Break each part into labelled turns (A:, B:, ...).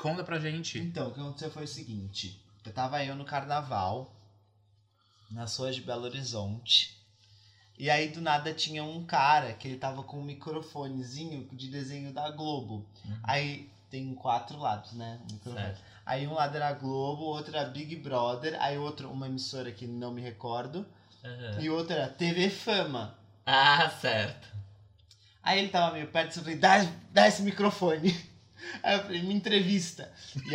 A: Conta pra gente.
B: Então, o que aconteceu foi o seguinte. Eu tava eu no carnaval, nas ruas de Belo Horizonte. E aí, do nada, tinha um cara que ele tava com um microfonezinho de desenho da Globo.
A: Uhum.
B: Aí tem quatro lados, né? O microfone.
A: Certo.
B: Aí um lado era Globo, outro era Big Brother, aí outro, uma emissora que não me recordo,
A: Uhum.
B: e outra era TV Fama.
A: Ah, certo.
B: Aí ele tava meio perto, eu falei, dá, dá esse microfone. Aí eu falei, me entrevista. E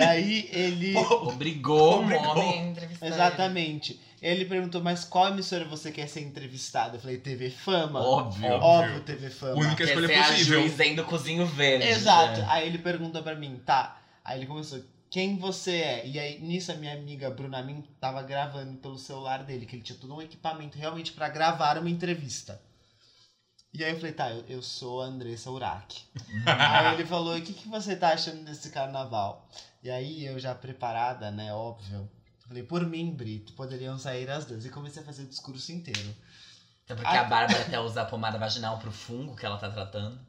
B: aí ele...
C: Obrigou,
A: Obrigou.
C: um homem a entrevistar ele.
B: Exatamente. Ele perguntou, mas qual emissora você quer ser entrevistado? Eu falei, TV Fama.
C: Óbvio.
A: Óbvio.
B: Óbvio, TV Fama.
A: Única
C: Quer
A: escolha
C: ser a
A: possível.
C: juizem do cozinho verde. É.
B: Exato. Aí ele perguntou pra mim, tá. Aí ele começou, quem você é? E aí, nisso, a minha amiga Bruna Min tava gravando pelo celular dele, que ele tinha todo um equipamento realmente pra gravar uma entrevista. E aí eu falei, tá, eu, eu sou a Andressa Urach. aí ele falou, e o que, que você tá achando desse carnaval? E aí eu já preparada, né, óbvio. Falei, por mim, Brito, poderiam sair as duas. E comecei a fazer o discurso inteiro.
C: Até porque a Bárbara até usa a pomada vaginal pro fungo que ela tá tratando.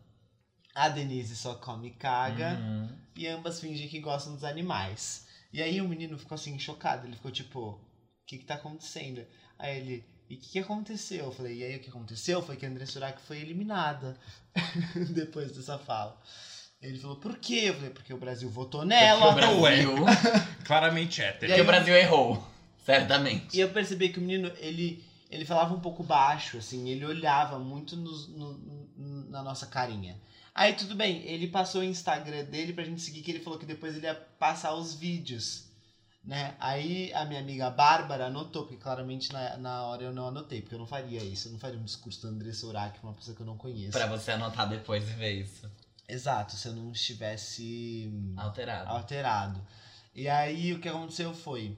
B: A Denise só come e caga.
C: Uhum.
B: e ambas fingem que gostam dos animais. E aí o menino ficou assim, chocado. Ele ficou tipo, o que que tá acontecendo? Aí ele, e o que, que aconteceu? Eu falei, e aí o que aconteceu foi que a André Surak foi eliminada depois dessa fala. Ele falou, por quê? Eu falei, porque o Brasil votou
C: Porque
B: nela.
C: o Brasil,
A: Claramente hétero.
B: é. E aí-
C: porque o Brasil errou. Certamente.
B: E eu percebi que o menino, ele, ele falava um pouco baixo, assim, ele olhava muito nos- no- no- na nossa carinha. Aí tudo bem, ele passou o Instagram dele pra gente seguir, que ele falou que depois ele ia passar os vídeos. Né? Aí a minha amiga Bárbara anotou, porque claramente na, na hora eu não anotei, porque eu não faria isso, eu não faria um discurso da Andressa Urach, uma pessoa que eu não conheço.
C: Pra você anotar depois e ver isso.
B: Exato, se eu não estivesse
C: Alterado.
B: Ah, alterado. E aí o que aconteceu foi,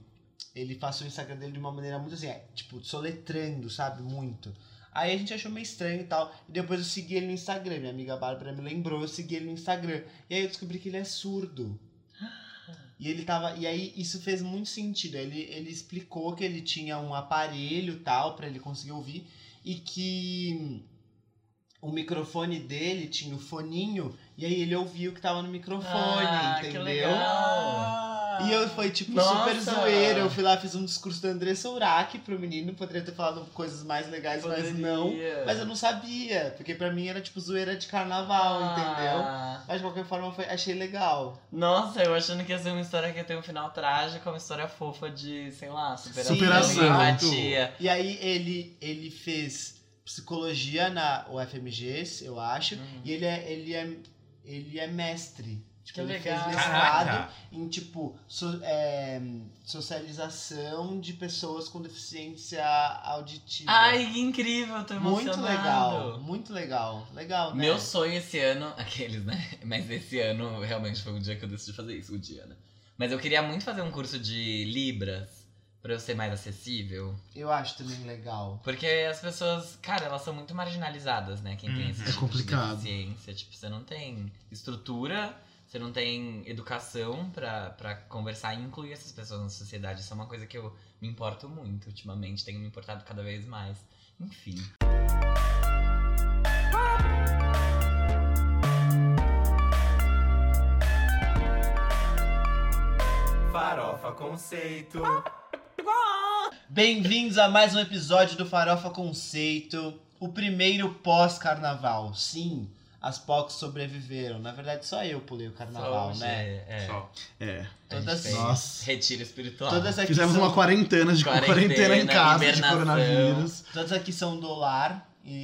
B: ele passou o Instagram dele de uma maneira muito assim, é, tipo, soletrando, sabe? Muito. Aí a gente achou meio estranho e tal. E depois eu segui ele no Instagram. Minha amiga Bárbara me lembrou, eu segui ele no Instagram. E aí eu descobri que ele é surdo. E ele tava. E aí isso fez muito sentido. Ele, ele explicou que ele tinha um aparelho tal pra ele conseguir ouvir. E que o microfone dele tinha o foninho. E aí ele ouvia o que tava no microfone,
C: Ah, que
B: entendeu?
C: legal.
B: E eu foi tipo
C: Nossa!
B: super zoeiro. Eu fui lá, fiz um discurso da Andressa Urach pro menino. Poderia ter falado coisas mais legais, mas não. Mas é eu não sabia, porque pra mim era tipo zoeira de carnaval,
C: Ah.
B: entendeu? Mas de qualquer forma, foi, achei legal.
C: Nossa, eu achando que ia ser uma história que ia ter um final trágico, uma história fofa de, sei lá, superação,
B: Superação.
C: empatia.
B: E aí ele, ele fez psicologia na UFMG, eu acho.
C: Uhum.
B: E ele é, ele é, ele é mestre. Tipo,
C: Que
B: ele
C: legal.
B: fez mestrado
A: Caraca.
B: em tipo so- é, socialização de pessoas com deficiência auditiva.
C: Ai, que incrível, tô
B: Muito
C: emocionado. É.
B: legal, muito legal. Legal, né?
C: Meu sonho esse ano, aqueles, né? Mas esse ano realmente foi um dia que eu decidi fazer isso, o dia, né? Mas eu queria muito fazer um curso de Libras pra eu ser mais acessível.
B: Eu acho também legal.
C: Porque as pessoas, cara, elas são muito marginalizadas, né? Quem tem
A: Uhum.
C: esse
A: É
C: tipo
D: complicado.
C: de deficiência. Tipo, você não tem estrutura, você não tem educação pra, pra conversar e incluir essas pessoas na sociedade. Isso é uma coisa que eu me importo muito ultimamente, tenho me importado cada vez mais. Enfim.
E: Farofa Conceito.
B: Bem-vindos a mais um episódio do Farofa Conceito, o primeiro pós-carnaval. Sim, as POCs sobreviveram. Na verdade, só eu pulei o carnaval,
C: Só
B: né?
C: hoje, É.
A: Só.
D: É.
C: A gente
B: Todas-
C: fez
D: Nossa.
C: Retiro espiritual.
B: Todas aqui,
D: Fizemos
B: são,
D: uma quarentena de
C: Quarentena,
D: É quarentena, em casa de
C: hibernação.
D: coronavírus.
B: todas aqui é são do lar e,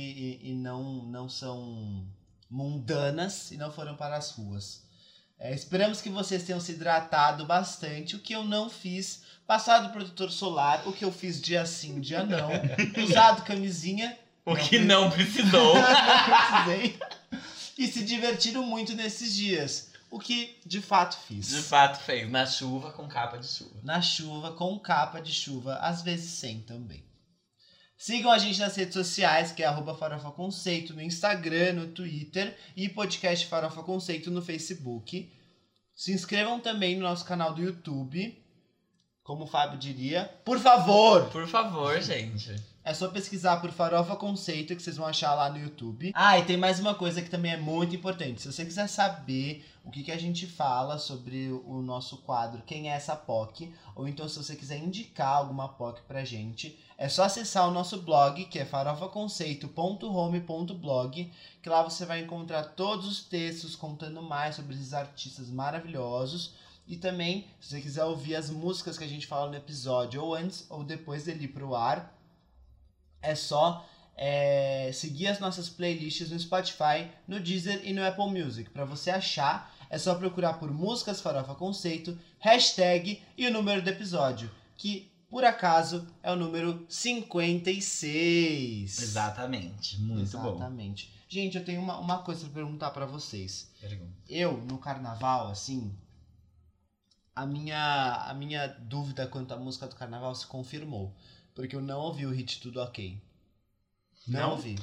B: e- e não, não são mundanas e não foram para as ruas. É, esperamos que vocês tenham se hidratado bastante, o que eu não fiz. Passado protetor solar, o que eu fiz dia sim, dia não. Usado camisinha,
C: O que não precisou.
B: Não precisei. E se divertiram muito nesses dias. O que de fato fiz.
C: De fato fez. Na chuva com capa de chuva.
B: Na chuva, com capa de chuva, às vezes sem também. Sigam a gente nas redes sociais, que é arroba Farofa Conceito no Instagram, no Twitter e podcast Farofa Conceito no Facebook. Se inscrevam também no nosso canal do YouTube. Como o Fábio diria, por favor!
C: Por favor, gente.
B: É só pesquisar por Farofa Conceito que vocês vão achar lá no YouTube. Ah, e tem mais uma coisa que também é muito importante. Se você quiser saber o que, que a gente fala sobre o nosso quadro Quem é essa POC, ou então se você quiser indicar alguma POC pra gente, é só acessar o nosso blog, que é farofaconceito.home.blog, que lá você vai encontrar todos os textos contando mais sobre esses artistas maravilhosos. E também, se você quiser ouvir as músicas que a gente fala no episódio, ou antes ou depois dele ir pro ar, é só é, seguir as nossas playlists no Spotify, no Deezer e no Apple Music. Para você achar, é só procurar por Músicas Farofa Conceito, hashtag e o número do episódio, que por acaso é o número 56.
C: Exatamente. Muito bom.
B: Exatamente. Gente, eu tenho uma, uma coisa pra perguntar pra vocês.
C: Pergunta.
B: Eu, no carnaval, assim, a minha, a minha dúvida quanto à música do carnaval se confirmou. Porque eu não ouvi o hit Tudo Ok. Não,
C: Não?
B: ouvi.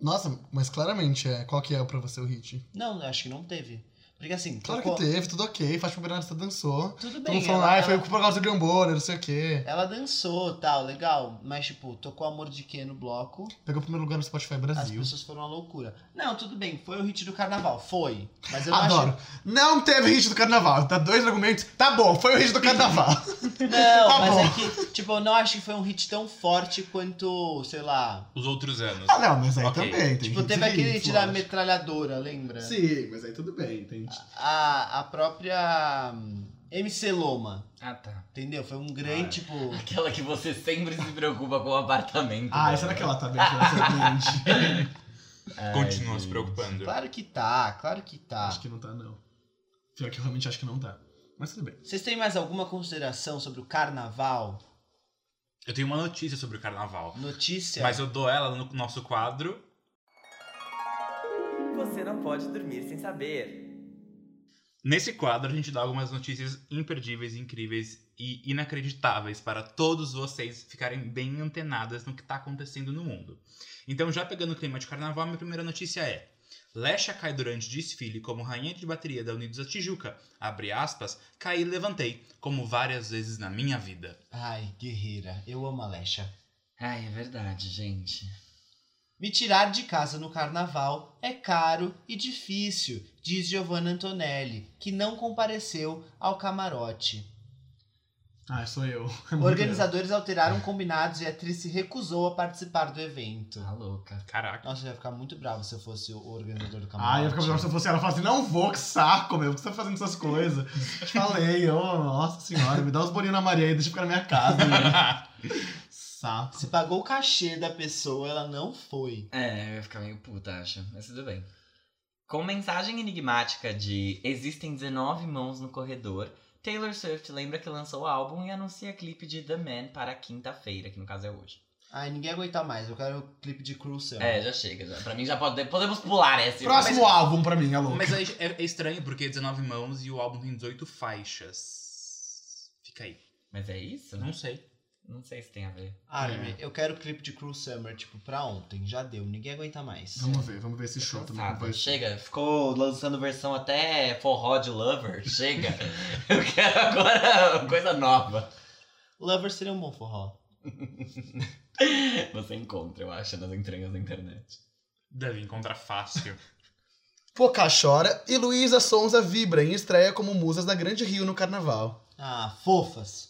D: Nossa, mas claramente é. Qual que é pra você o hit?
B: Não, eu acho que não teve. Porque assim,
D: Claro
B: tocou-
D: que teve, tudo ok. Fátima Bernardes dançou.
B: Tudo
D: Todo mundo
B: bem,
D: falando,
B: ela, tá
D: ai, foi
B: ela,
D: por causa do Gamboa, não sei o quê.
B: ela dançou tal, legal. Mas, tipo, tocou Amor de Quê no bloco,
D: Pegou o primeiro lugar no Spotify
B: as
D: Brasil.
B: pessoas foram uma loucura. Não, tudo bem, foi o hit do carnaval, foi. Mas eu não
D: Adoro. Não teve hit do carnaval. Dá dois argumentos. Tá bom, foi o hit do carnaval.
B: Acho... Não,
D: Tá
B: mas
D: bom.
B: é que, tipo, eu não acho que foi um hit tão forte quanto, sei lá,
A: Os outros anos.
D: Ah, não, mas aí
A: Ok.
D: também. Tem
B: Tipo,
D: hits
B: teve
D: e
B: aquele
D: hits,
B: hit da
D: lógico.
B: metralhadora, lembra?
D: Sim, mas aí tudo bem. Tem...
B: A, a própria hum, MC Loma,
C: Ah, tá.
B: entendeu? Foi um
D: Ah,
B: grande,
D: é.
B: tipo...
C: Aquela que você sempre se preocupa com o apartamento.
D: Ah,
C: dela.
D: será que ela tá bem financeiramente?
C: Ai,
A: Continua se
C: gente.
A: preocupando.
B: Claro que tá, claro que tá.
D: Acho que não tá, não. Pior que eu realmente acho que não tá. Mas tudo bem.
B: Vocês têm mais alguma consideração sobre o carnaval?
A: Eu tenho uma notícia sobre o carnaval.
B: Notícia?
A: Mas eu dou ela no nosso quadro.
E: Você não pode dormir sem saber.
A: Nesse quadro, a gente dá algumas notícias imperdíveis, incríveis e inacreditáveis para todos vocês ficarem bem antenadas no que está acontecendo no mundo. Então, já pegando o clima de carnaval, minha primeira notícia é: Lesha cai durante desfile como rainha de bateria da Unidos da Tijuca. Abre aspas, caí e levantei, como várias vezes na minha vida.
B: Ai, guerreira, eu amo a Lecha.
C: Ai, é verdade, gente.
B: Me tirar de casa no carnaval é caro e difícil, diz Giovanna Antonelli, que não compareceu ao camarote.
D: Ah, sou eu.
B: Organizadores alteraram combinados e a atriz se recusou a participar do evento.
C: Tá louca.
A: Caraca.
B: Nossa, eu ia ficar muito bravo se eu fosse o organizador do camarote.
D: Ah, eu ficava se eu fosse ela, eu falava assim, não vou, que saco, meu, por que você tá fazendo essas coisas? Te falei, ô, nossa senhora, me dá uns bolinhos na Maria aí, deixa eu ficar na minha casa. meu. Saco.
B: Se pagou o cachê da pessoa, ela não foi.
C: É, eu ia ficar meio puta, acho. Mas tudo bem. Com mensagem enigmática de Existem 19 mãos no corredor, Taylor Swift lembra que lançou o álbum e anuncia clipe de The Man para quinta-feira, que no caso é hoje.
B: Ai, ninguém aguenta mais. Eu quero o clipe de Crucial.
C: É, já chega. Já. Pra mim já pode, podemos pular essa.
D: Próximo álbum pra mim, alô.
A: Mas aí é, é estranho porque é 19 mãos e o álbum tem 18 faixas. Fica aí.
C: Mas é isso?
A: Não sei.
C: Não sei se tem a ver.
B: Armin,
D: É.
B: eu quero o clipe de Cruel Summer, tipo, pra ontem. Já deu, ninguém aguenta mais.
D: Vamos ver, vamos ver esse show também.
C: Cansado.
D: como vai ser.
C: Chega, ficou lançando versão até forró de Lover. Chega. Eu quero agora coisa nova.
B: Lover seria um bom forró.
C: Você encontra, eu acho, nas entranhas da internet.
A: Deve encontrar fácil.
D: Pocá chora e Luísa Sonza vibra em estreia como musas da Grande Rio no carnaval.
B: Ah, fofas.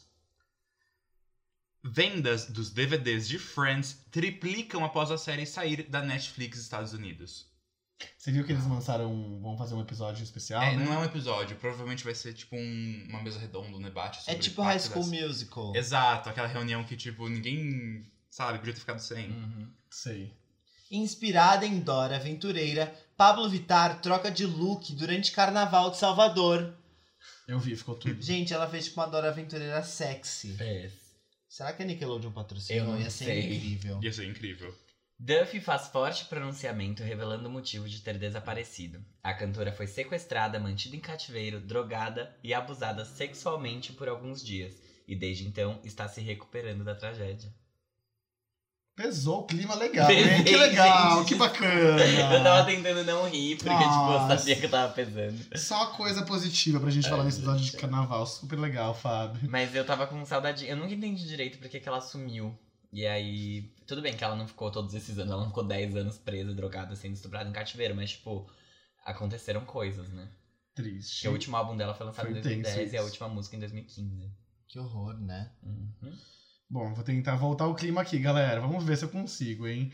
A: Vendas dos DVDs de Friends triplicam após a série sair da Netflix Estados Unidos.
D: Você viu que eles lançaram, um- vão fazer um episódio especial,
A: é,
D: né?
A: Não é um episódio, provavelmente vai ser tipo um- uma mesa redonda, um debate.
B: É
A: Sobre
B: tipo High
A: parte
B: School
A: das-
B: Musical.
A: Exato, aquela reunião que tipo ninguém sabe, podia ter ficado sem.
C: Uhum.
D: Sei.
B: Inspirada em Dora Aventureira, Pablo Vittar troca de look durante Carnaval de Salvador.
D: Eu vi, ficou tudo.
B: Gente, ela fez tipo uma Dora Aventureira sexy.
C: Fez.
B: Será que a Nickelodeon patrocinou?
C: Eu não
B: Ia ser
C: sei.
B: incrível.
A: Ia ser incrível.
C: Duffy faz forte pronunciamento revelando o motivo de ter desaparecido. A cantora foi sequestrada, mantida em cativeiro, drogada e abusada sexualmente por alguns dias. E desde então está se recuperando da tragédia.
D: Pesou o clima legal,
C: Pesei,
D: né? Que legal,
C: gente.
D: que bacana.
C: Eu tava tentando não rir, porque, tipo, eu
D: Ah. Nossa.
C: sabia que eu tava pesando.
D: Só coisa positiva pra É, gente falar nesse episódio de carnaval. Super legal, Fábio.
C: Mas eu tava com saudade. Eu nunca entendi direito porque que ela sumiu. E aí. Tudo bem que ela não ficou todos esses anos, ela não ficou 10 anos presa, drogada, sendo estuprada em cativeiro, mas, tipo, aconteceram coisas, né?
D: Triste.
C: Porque o último álbum dela foi lançado em
D: Foi tenso
C: 2010 e a
D: isso.
C: última música em 2015.
B: Que horror, né?
C: Uhum.
D: Bom, vou tentar voltar o clima aqui, galera. Vamos ver se eu consigo, hein?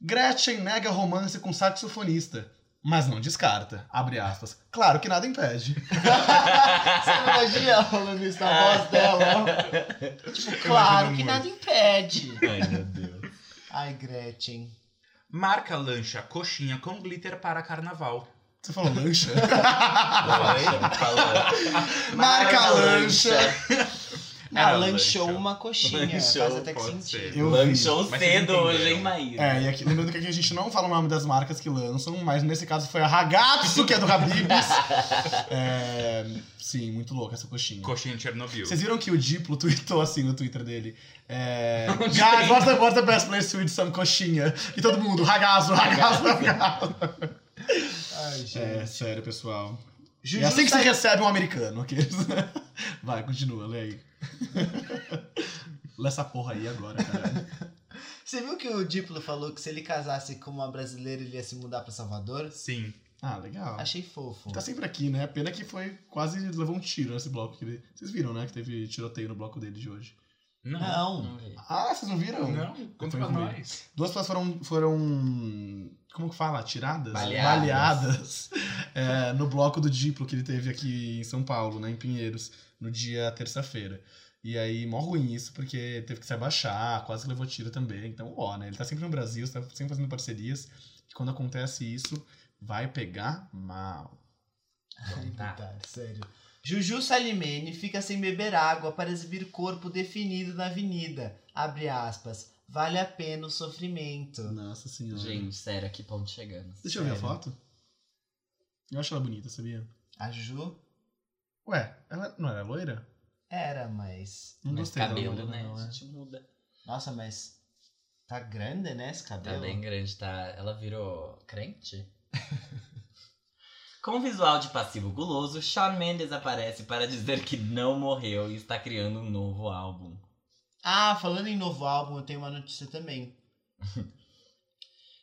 D: Gretchen nega romance com saxofonista, mas não descarta. Abre aspas. Claro que nada impede.
B: Você imagina ela falando isso
C: Ah.
B: na voz dela? Tipo, claro que nada impede.
C: Ai, meu Deus.
B: Ai, Gretchen.
A: Marca lancha coxinha com glitter para carnaval.
D: Você falou lancha?
C: Falou, falou.
D: Marca a lancha.
B: Ah,
A: Era
B: lanchou
A: lanchão.
B: uma coxinha.
C: Lanchou,
B: faz até que
A: pode
B: sentido.
A: ser.
D: Eu vi.
C: Lanchou
A: Mas vocês
C: cedo hoje, hein,
A: entenderam.
C: Maíra?
D: É, e aqui, lembrando que aqui a gente não fala o nome das marcas que lançam, mas nesse caso foi a Ragazzo, que é do Habibs. É, sim, muito louca essa coxinha.
A: Coxinha de Chernobyl.
D: Vocês viram que o Diplo tweetou assim no Twitter dele? É.
C: Onde
D: Guys,
C: tem?
D: what's the, what's the best place to eat some coxinha? E todo mundo, ragazzo, ragazzo, ragazzo.
B: Ai, gente.
D: É, sério, pessoal.
B: Juju
D: é assim que
B: sai-
D: se recebe um americano, aqueles. né? Vai, continua, lê aí. lê essa porra aí agora, cara.
B: Você viu que o Diplo falou que se ele casasse com uma brasileira, ele ia se mudar pra Salvador?
A: Sim.
D: Ah, legal.
B: Achei fofo.
D: Tá sempre aqui, né? Pena que foi quase levou um tiro nesse bloco. Que ele... Vocês viram, né? Que teve tiroteio no bloco dele de hoje.
A: Não.
B: Não.
C: Não vi.
D: Ah, vocês não viram?
A: Não. Conta pra
D: Foi ruim.
A: nós.
D: Duas pessoas foram, foram. Como que fala? Tiradas?
C: Baleadas.
D: Baleadas, é, no bloco do Diplo que ele teve aqui em São Paulo, né? Em Pinheiros, no dia terça-feira. E aí, mó ruim isso, porque teve que se abaixar, quase levou tiro também. Então, ó, né? Ele tá sempre no Brasil, tá sempre fazendo parcerias. E quando acontece isso, vai pegar mal.
B: Ai,
C: Então tá.
B: verdade, sério. Tá. Juju Salimene fica sem beber água para exibir corpo definido na avenida. Abre aspas. Vale a pena o sofrimento.
D: Nossa senhora.
C: Gente, sério, a que ponto chegamos?
D: Deixa eu ver a
B: sério.
D: foto. Eu acho ela bonita, sabia?
B: A Ju
D: Ué, ela não era loira?
B: era, mas.
D: Não
C: Mas
D: dela
C: cabelo,
D: loira,
C: né?
D: não, é?
C: A gente muda.
B: Nossa, mas. Tá grande, né, esse
C: Tá
B: cabelo?
C: bem grande, tá? Ela virou crente? Com um visual de passivo guloso, Shawn Mendes aparece para dizer que não morreu e está criando um novo álbum.
B: Ah, falando em novo álbum, eu tenho uma notícia também.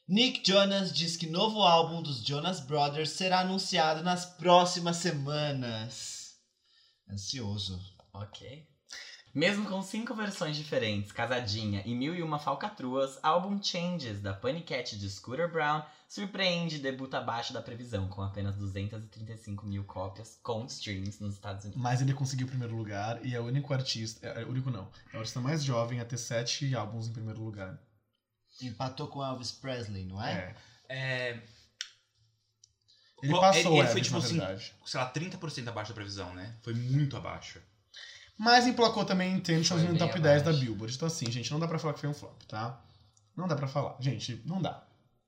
B: Nick Jonas diz que novo álbum dos Jonas Brothers será anunciado nas próximas semanas. Ansioso.
C: Ok. Mesmo com cinco versões diferentes, Casadinha e Mil e Uma Falcatruas, álbum Changes, da Panicat de Scooter Brown, surpreende e debuta abaixo da previsão, com apenas 235 mil cópias com streams nos Estados Unidos.
D: Mas ele conseguiu o primeiro lugar e é o único artista. É, é o único não. É o artista mais jovem a ter sete álbuns em primeiro lugar.
B: Empatou com Elvis Presley, não é?
D: É.
A: É,
D: Ele
A: Qual-
D: passou
A: ele-
D: o
A: ele foi,
D: Elvis,
A: tipo,
D: na
A: assim-
D: verdade.
A: sei lá, 30% abaixo da previsão, né? Foi muito abaixo.
D: Mas emplacou também Intentions
C: Foi
D: no
C: bem
D: top 10 da
C: abaixo.
D: Billboard. Então assim, gente, não dá pra falar que foi um flop, tá? Não dá pra falar. Gente, não dá.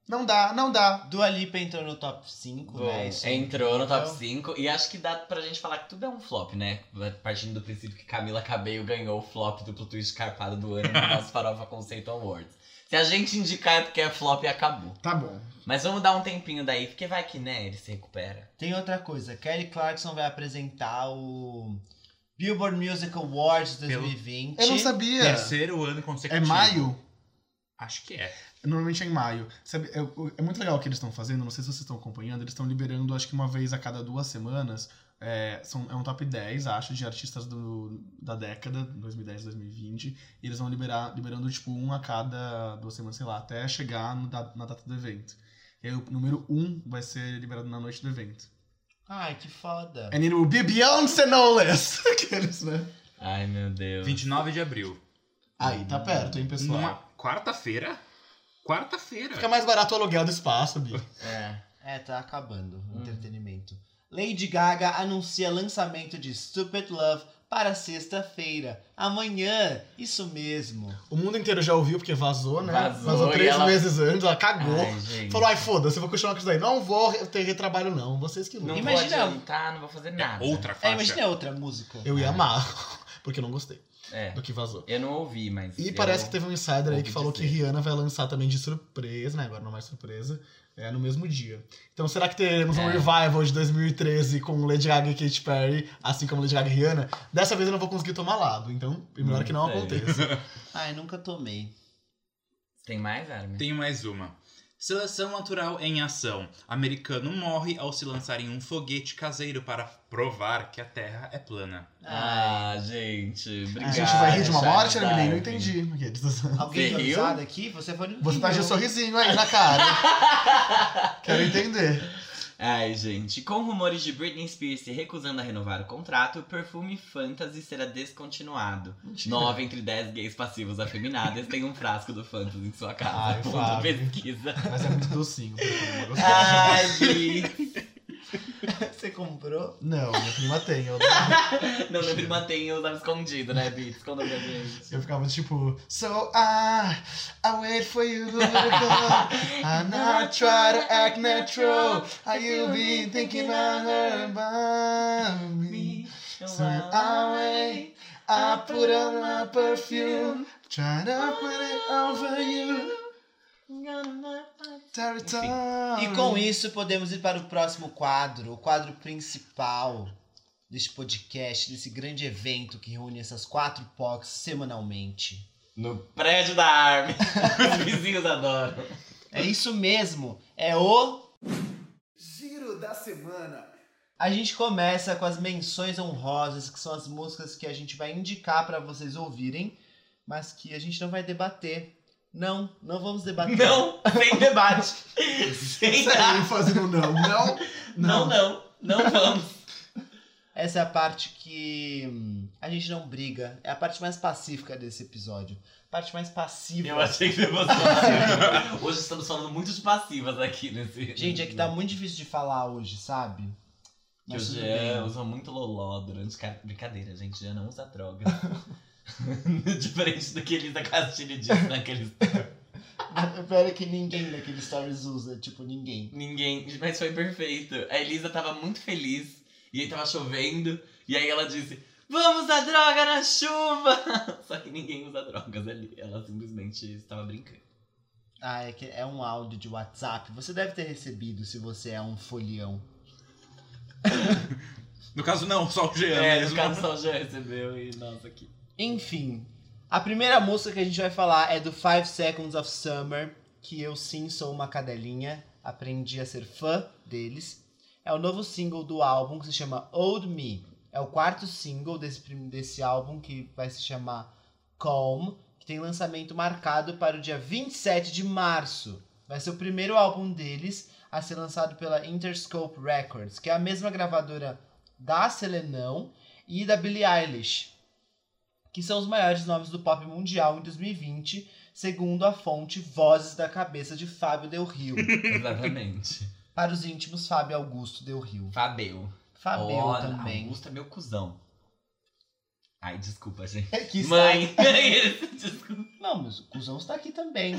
D: Não dá, não dá.
B: Dua Lipa entrou no top 5,
C: Bom,
B: né? Isso é
C: entrou no top
B: incrível.
C: 5 e acho que dá pra gente falar que tudo é um flop, né? Partindo do princípio que Camila Cabello ganhou o flop do Pluto Escarpado do ano no nosso Farofa Conceito Awards. Se a gente indicar é porque é flop e acabou.
D: Tá bom.
C: Mas vamos dar um tempinho daí, porque vai que, né, ele se recupera.
B: Tem outra coisa. Kelly Clarkson vai apresentar o Billboard Music Awards
A: Pelo-
B: 2020.
D: Eu não sabia.
A: Terceiro ano
D: É
A: consecutivo.
D: maio?
A: Acho que é.
D: Normalmente é em maio. Sabe, é, é muito legal o que eles estão fazendo, não sei se vocês estão acompanhando, eles estão liberando, acho que uma vez a cada duas semanas. É, são, é um top 10, acho, de artistas do, da década, 2010, 2020. E eles vão liberar, liberando, tipo, um a cada duas semanas, sei lá, até chegar no da- na data do evento. E aí o número um vai ser liberado na noite do evento.
B: Ai, que foda.
D: And it will be Beyoncé no less! Aqueles, né?
C: Ai, meu Deus.
A: 29 de abril.
D: Aí, tá perto, hein, pessoal?
A: Numa quarta-feira? Quarta-feira.
D: Fica mais barato o aluguel do espaço, Bi.
C: É.
B: É, tá acabando o
C: Hum.
B: entretenimento. Lady Gaga anuncia lançamento de Stupid Love para sexta-feira. Amanhã, isso mesmo.
D: O mundo inteiro já ouviu, porque vazou, né?
C: Vazou, e
D: três
C: ela-
D: meses antes, ela cagou.
C: Ai, gente.
D: Falou, ai, foda-se, eu vou continuar com isso daí. Não vou re- ter retrabalho, não. Vocês que
C: Não
D: lutam.
B: Imagina-
C: vou adiantar, não vou fazer
A: É
D: né?
C: nada.
A: outra
B: É,
A: faixa.
B: imagina outra música.
D: Eu ia amar, porque eu não gostei.
C: É.
D: do que vazou.
C: Eu não ouvi, mas.
D: E
C: eu-
D: parece que teve um insider aí
C: ouvi
D: que falou
C: dizer.
D: que Rihanna vai lançar também de surpresa, né? Agora não mais surpresa, é no mesmo dia. Então será que teremos um
C: É.
D: revival de 2013 com Lady Gaga e Katy Perry, assim como Lady Gaga e Rihanna? Dessa vez eu não vou conseguir tomar lado, então é melhor que não
C: Não sei.
D: aconteça.
B: Ai, nunca tomei.
C: Tem mais, Armin?
A: Tenho mais uma. Seleção natural em ação. Americano morre ao se lançar em um foguete caseiro para provar que a Terra é plana.
C: Ah, gente. Obrigado.
D: A gente vai rir de uma
C: Charles
D: morte, Armin?
C: Darwin.
D: Não entendi. Aqueles.
B: Alguém
C: Você riu?
B: avisado aqui? Você foi no
D: Você tá de um
B: Rio.
D: sorrisinho aí na cara. Quero entender.
C: Ai, gente. Com rumores de Britney Spears se recusando a renovar o contrato, o perfume Fantasy será descontinuado. Nove entre dez gays passivos afeminadas têm um frasco do Fantasy em sua casa.
D: Ai,
C: Ponto
D: Flávio.
C: pesquisa.
D: Mas é muito docinho. porque eu não gosto.
C: Ai, gente.
B: Você comprou?
D: Não, minha prima tem. Eu,
C: Não, meu prima tem, eu usava escondido, né, Bi? Esconda pra gente.
D: eu ficava tipo, so I, I wait for you to go. I not try to act natural. How you be thinking about her about me? So I wait, I put on my perfume. Try to put it over you. Territory.
B: E com isso podemos ir para o próximo quadro, o quadro principal deste podcast, desse grande evento que reúne essas quatro POCs semanalmente.
C: No prédio da Armin. Os vizinhos adoram.
B: É isso mesmo, é o.
D: Giro da semana.
B: A gente começa com as menções honrosas, que são as músicas que a gente vai indicar para vocês ouvirem, mas que a gente não vai debater. Não, não vamos debater.
C: Não, sem debate. sem
D: Sério, fazendo um não, não,
C: Não, não. Não vamos.
B: Essa é a parte que hum, a gente não briga. É a parte mais pacífica desse episódio. A parte mais passiva.
C: Eu achei que você passiva. Hoje estamos falando muito de passivas aqui nesse.
B: Gente, é que tá muito difícil de falar hoje, sabe?
C: Que o
B: Mas tudo
C: Jean
B: bem.
C: usa muito loló durante. ca- Brincadeira, gente. Jean não usa droga. Diferente do que Elisa Castilho diz naqueles.
B: O pior é que ninguém daquele stories usa, tipo, ninguém.
C: Ninguém. Mas foi perfeito. A Elisa tava muito feliz. E aí tava chovendo. E aí ela disse. Vamos usar droga na chuva! Só que ninguém usa drogas ali. Ela simplesmente estava brincando.
B: Ah, é, que é um áudio de WhatsApp. Você deve ter recebido se você é um folião.
A: No caso, não, só o Jean
C: É, no
A: mesmo.
C: caso só o Jean recebeu e nossa, que
B: Enfim, a primeira música que a gente vai falar é do Five Seconds of Summer, que eu sim sou uma cadelinha, aprendi a ser fã deles. É o novo single do álbum que se chama Old Me. É o quarto single desse, prim- desse álbum que vai se chamar Calm, que tem lançamento marcado para o dia 27 de março. Vai ser o primeiro álbum deles a ser lançado pela Interscope Records, que é a mesma gravadora da Selenão e da Billie Eilish que são os maiores nomes do pop mundial em 2020, segundo a fonte Vozes da Cabeça de Fábio Del Rio.
C: Exatamente.
B: Para os íntimos, Fábio Augusto Del Rio.
C: Fabel.
B: Fábio
C: Olha,
B: também.
C: Augusto é meu cuzão. Ai, desculpa, gente.
B: É que
C: Mãe! desculpa.
B: Está... Não, mas o cuzão está aqui também.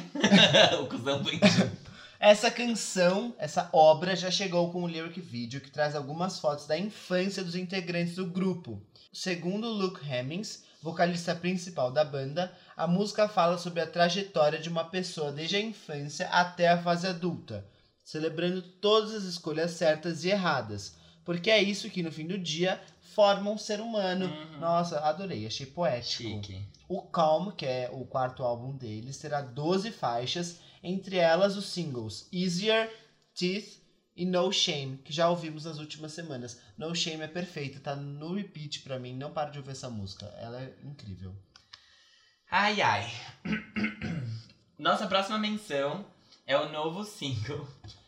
C: o cuzão vem junto.
B: Essa canção, essa obra, já chegou com o lyric video que traz algumas fotos da infância dos integrantes do grupo. Segundo Luke Hemmings, vocalista principal da banda, a música fala sobre a trajetória de uma pessoa desde a infância até a fase adulta, celebrando todas as escolhas certas e erradas, porque é isso que no fim do dia forma um ser humano. Nossa, adorei, achei poético.
C: Hum. Chique.
B: O Calm, que é o quarto álbum deles, terá 12 faixas, entre elas os singles Easier, Teeth e No Shame, que já ouvimos nas últimas semanas. No Shame é perfeita, tá no repeat pra mim, não paro de ouvir essa música, ela é incrível.
C: Ai, ai. Nossa próxima menção é o novo single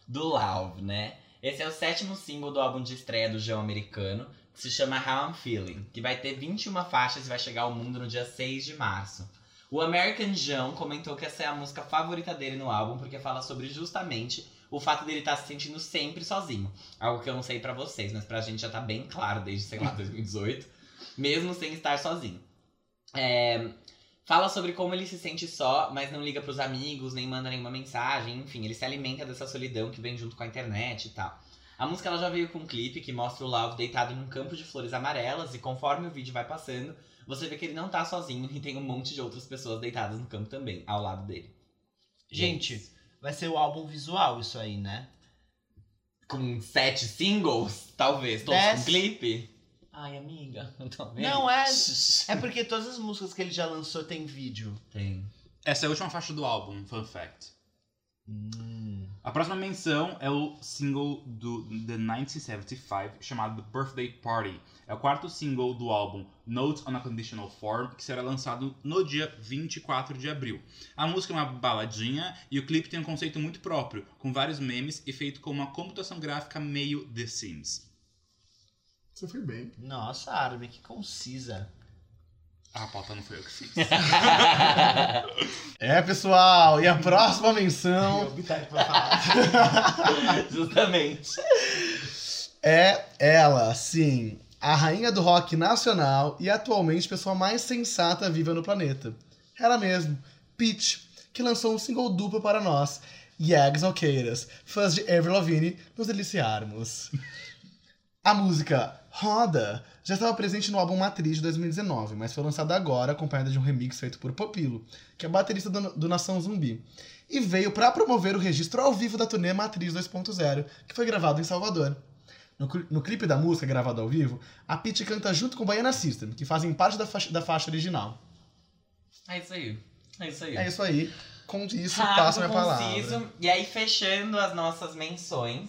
C: do Lauv, né? Esse é o sétimo single do álbum de estreia do João Americano, que se chama How I'm Feeling, que vai ter 21 faixas e vai chegar ao mundo no dia 6 de março. O American João comentou que essa é a música favorita dele no álbum, porque fala sobre justamente o fato dele estar se sentindo sempre sozinho. Algo que eu não sei pra vocês, mas pra gente já tá bem claro desde, sei lá, 2018. mesmo sem estar sozinho. É, Fala sobre como ele se sente só, mas não liga pros amigos, nem manda nenhuma mensagem, enfim, ele se alimenta dessa solidão que vem junto com a internet e tal. A A música ela já veio com um clipe que mostra o Love deitado num campo de flores amarelas e conforme o vídeo vai passando, você vê que ele não tá sozinho e tem um monte de outras pessoas deitadas no campo também, ao lado dele.
B: Gente, vai ser o álbum visual isso aí, né?
C: Com sete singles, talvez, todos
B: Dez.
C: com clipe. Ai, amiga, talvez.
B: Não, é...
C: Shh.
B: É porque todas as músicas que ele já lançou tem vídeo.
C: Tem.
A: Essa é a última faixa do álbum, fun fact.
B: Hum,
A: A próxima menção é o single do The 1975, chamado The Birthday Party. É o quarto single do álbum Notes on a Conditional Form, que será lançado no dia 24 de abril. A música é uma baladinha e o clipe tem um conceito muito próprio, com vários memes e feito com uma computação gráfica meio The Sims.
D: Você foi bem.
B: Nossa, Armin, que concisa.
A: Ah, pauta não foi eu que fiz.
D: É, pessoal, e a próxima menção
C: Justamente.
D: é ela, sim. A rainha do rock nacional e atualmente pessoa mais sensata viva no planeta. Ela mesmo, Peach, que lançou um single duplo para nós. Yags Alqueiras, fãs de Avril Lavigne, nos deliciarmos. A música Roda já estava presente no álbum Matriz de 2019, mas foi lançada agora acompanhada de um remix feito por Popilo, que é baterista do, do Nação Zumbi, e veio para promover o registro ao vivo da turnê Matriz 2.0, que foi gravado em Salvador. No, cli- no clipe da música gravado ao vivo, a Pitty canta junto com o Baiana System, que fazem parte da faixa, da faixa original.
C: É isso aí. É isso aí.
D: É isso aí. Com isso,
C: Rápido,
D: passo minha
C: conciso.
D: palavra.
C: E aí, fechando as nossas menções,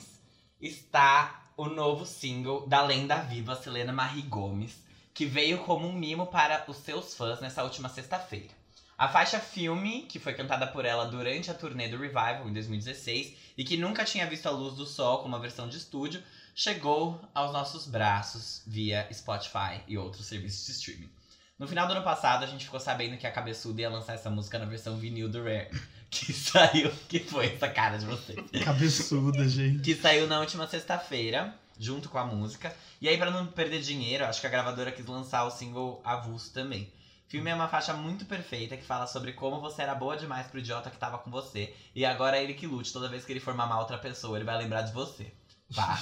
C: está o novo single da lenda viva Selena Marie Gomes, que veio como um mimo para os seus fãs nessa última sexta-feira. A faixa Filme, que foi cantada por ela durante a turnê do Revival em 2016 e que nunca tinha visto a luz do sol como uma versão de estúdio, chegou aos nossos braços via Spotify e outros serviços de streaming. No final do ano passado, a gente ficou sabendo que a Cabeçuda ia lançar essa música na versão vinil do Rare, que saiu, que foi essa cara de vocês
D: Cabeçuda, gente.
C: que saiu na última sexta-feira, junto com a música. E aí, pra não perder dinheiro, acho que a gravadora quis lançar o single avulso também. Filme é uma faixa muito perfeita que fala sobre como você era boa demais pro idiota que tava com você. E agora é ele que lute, toda vez que ele for mamar outra pessoa, ele vai lembrar de você. Pá.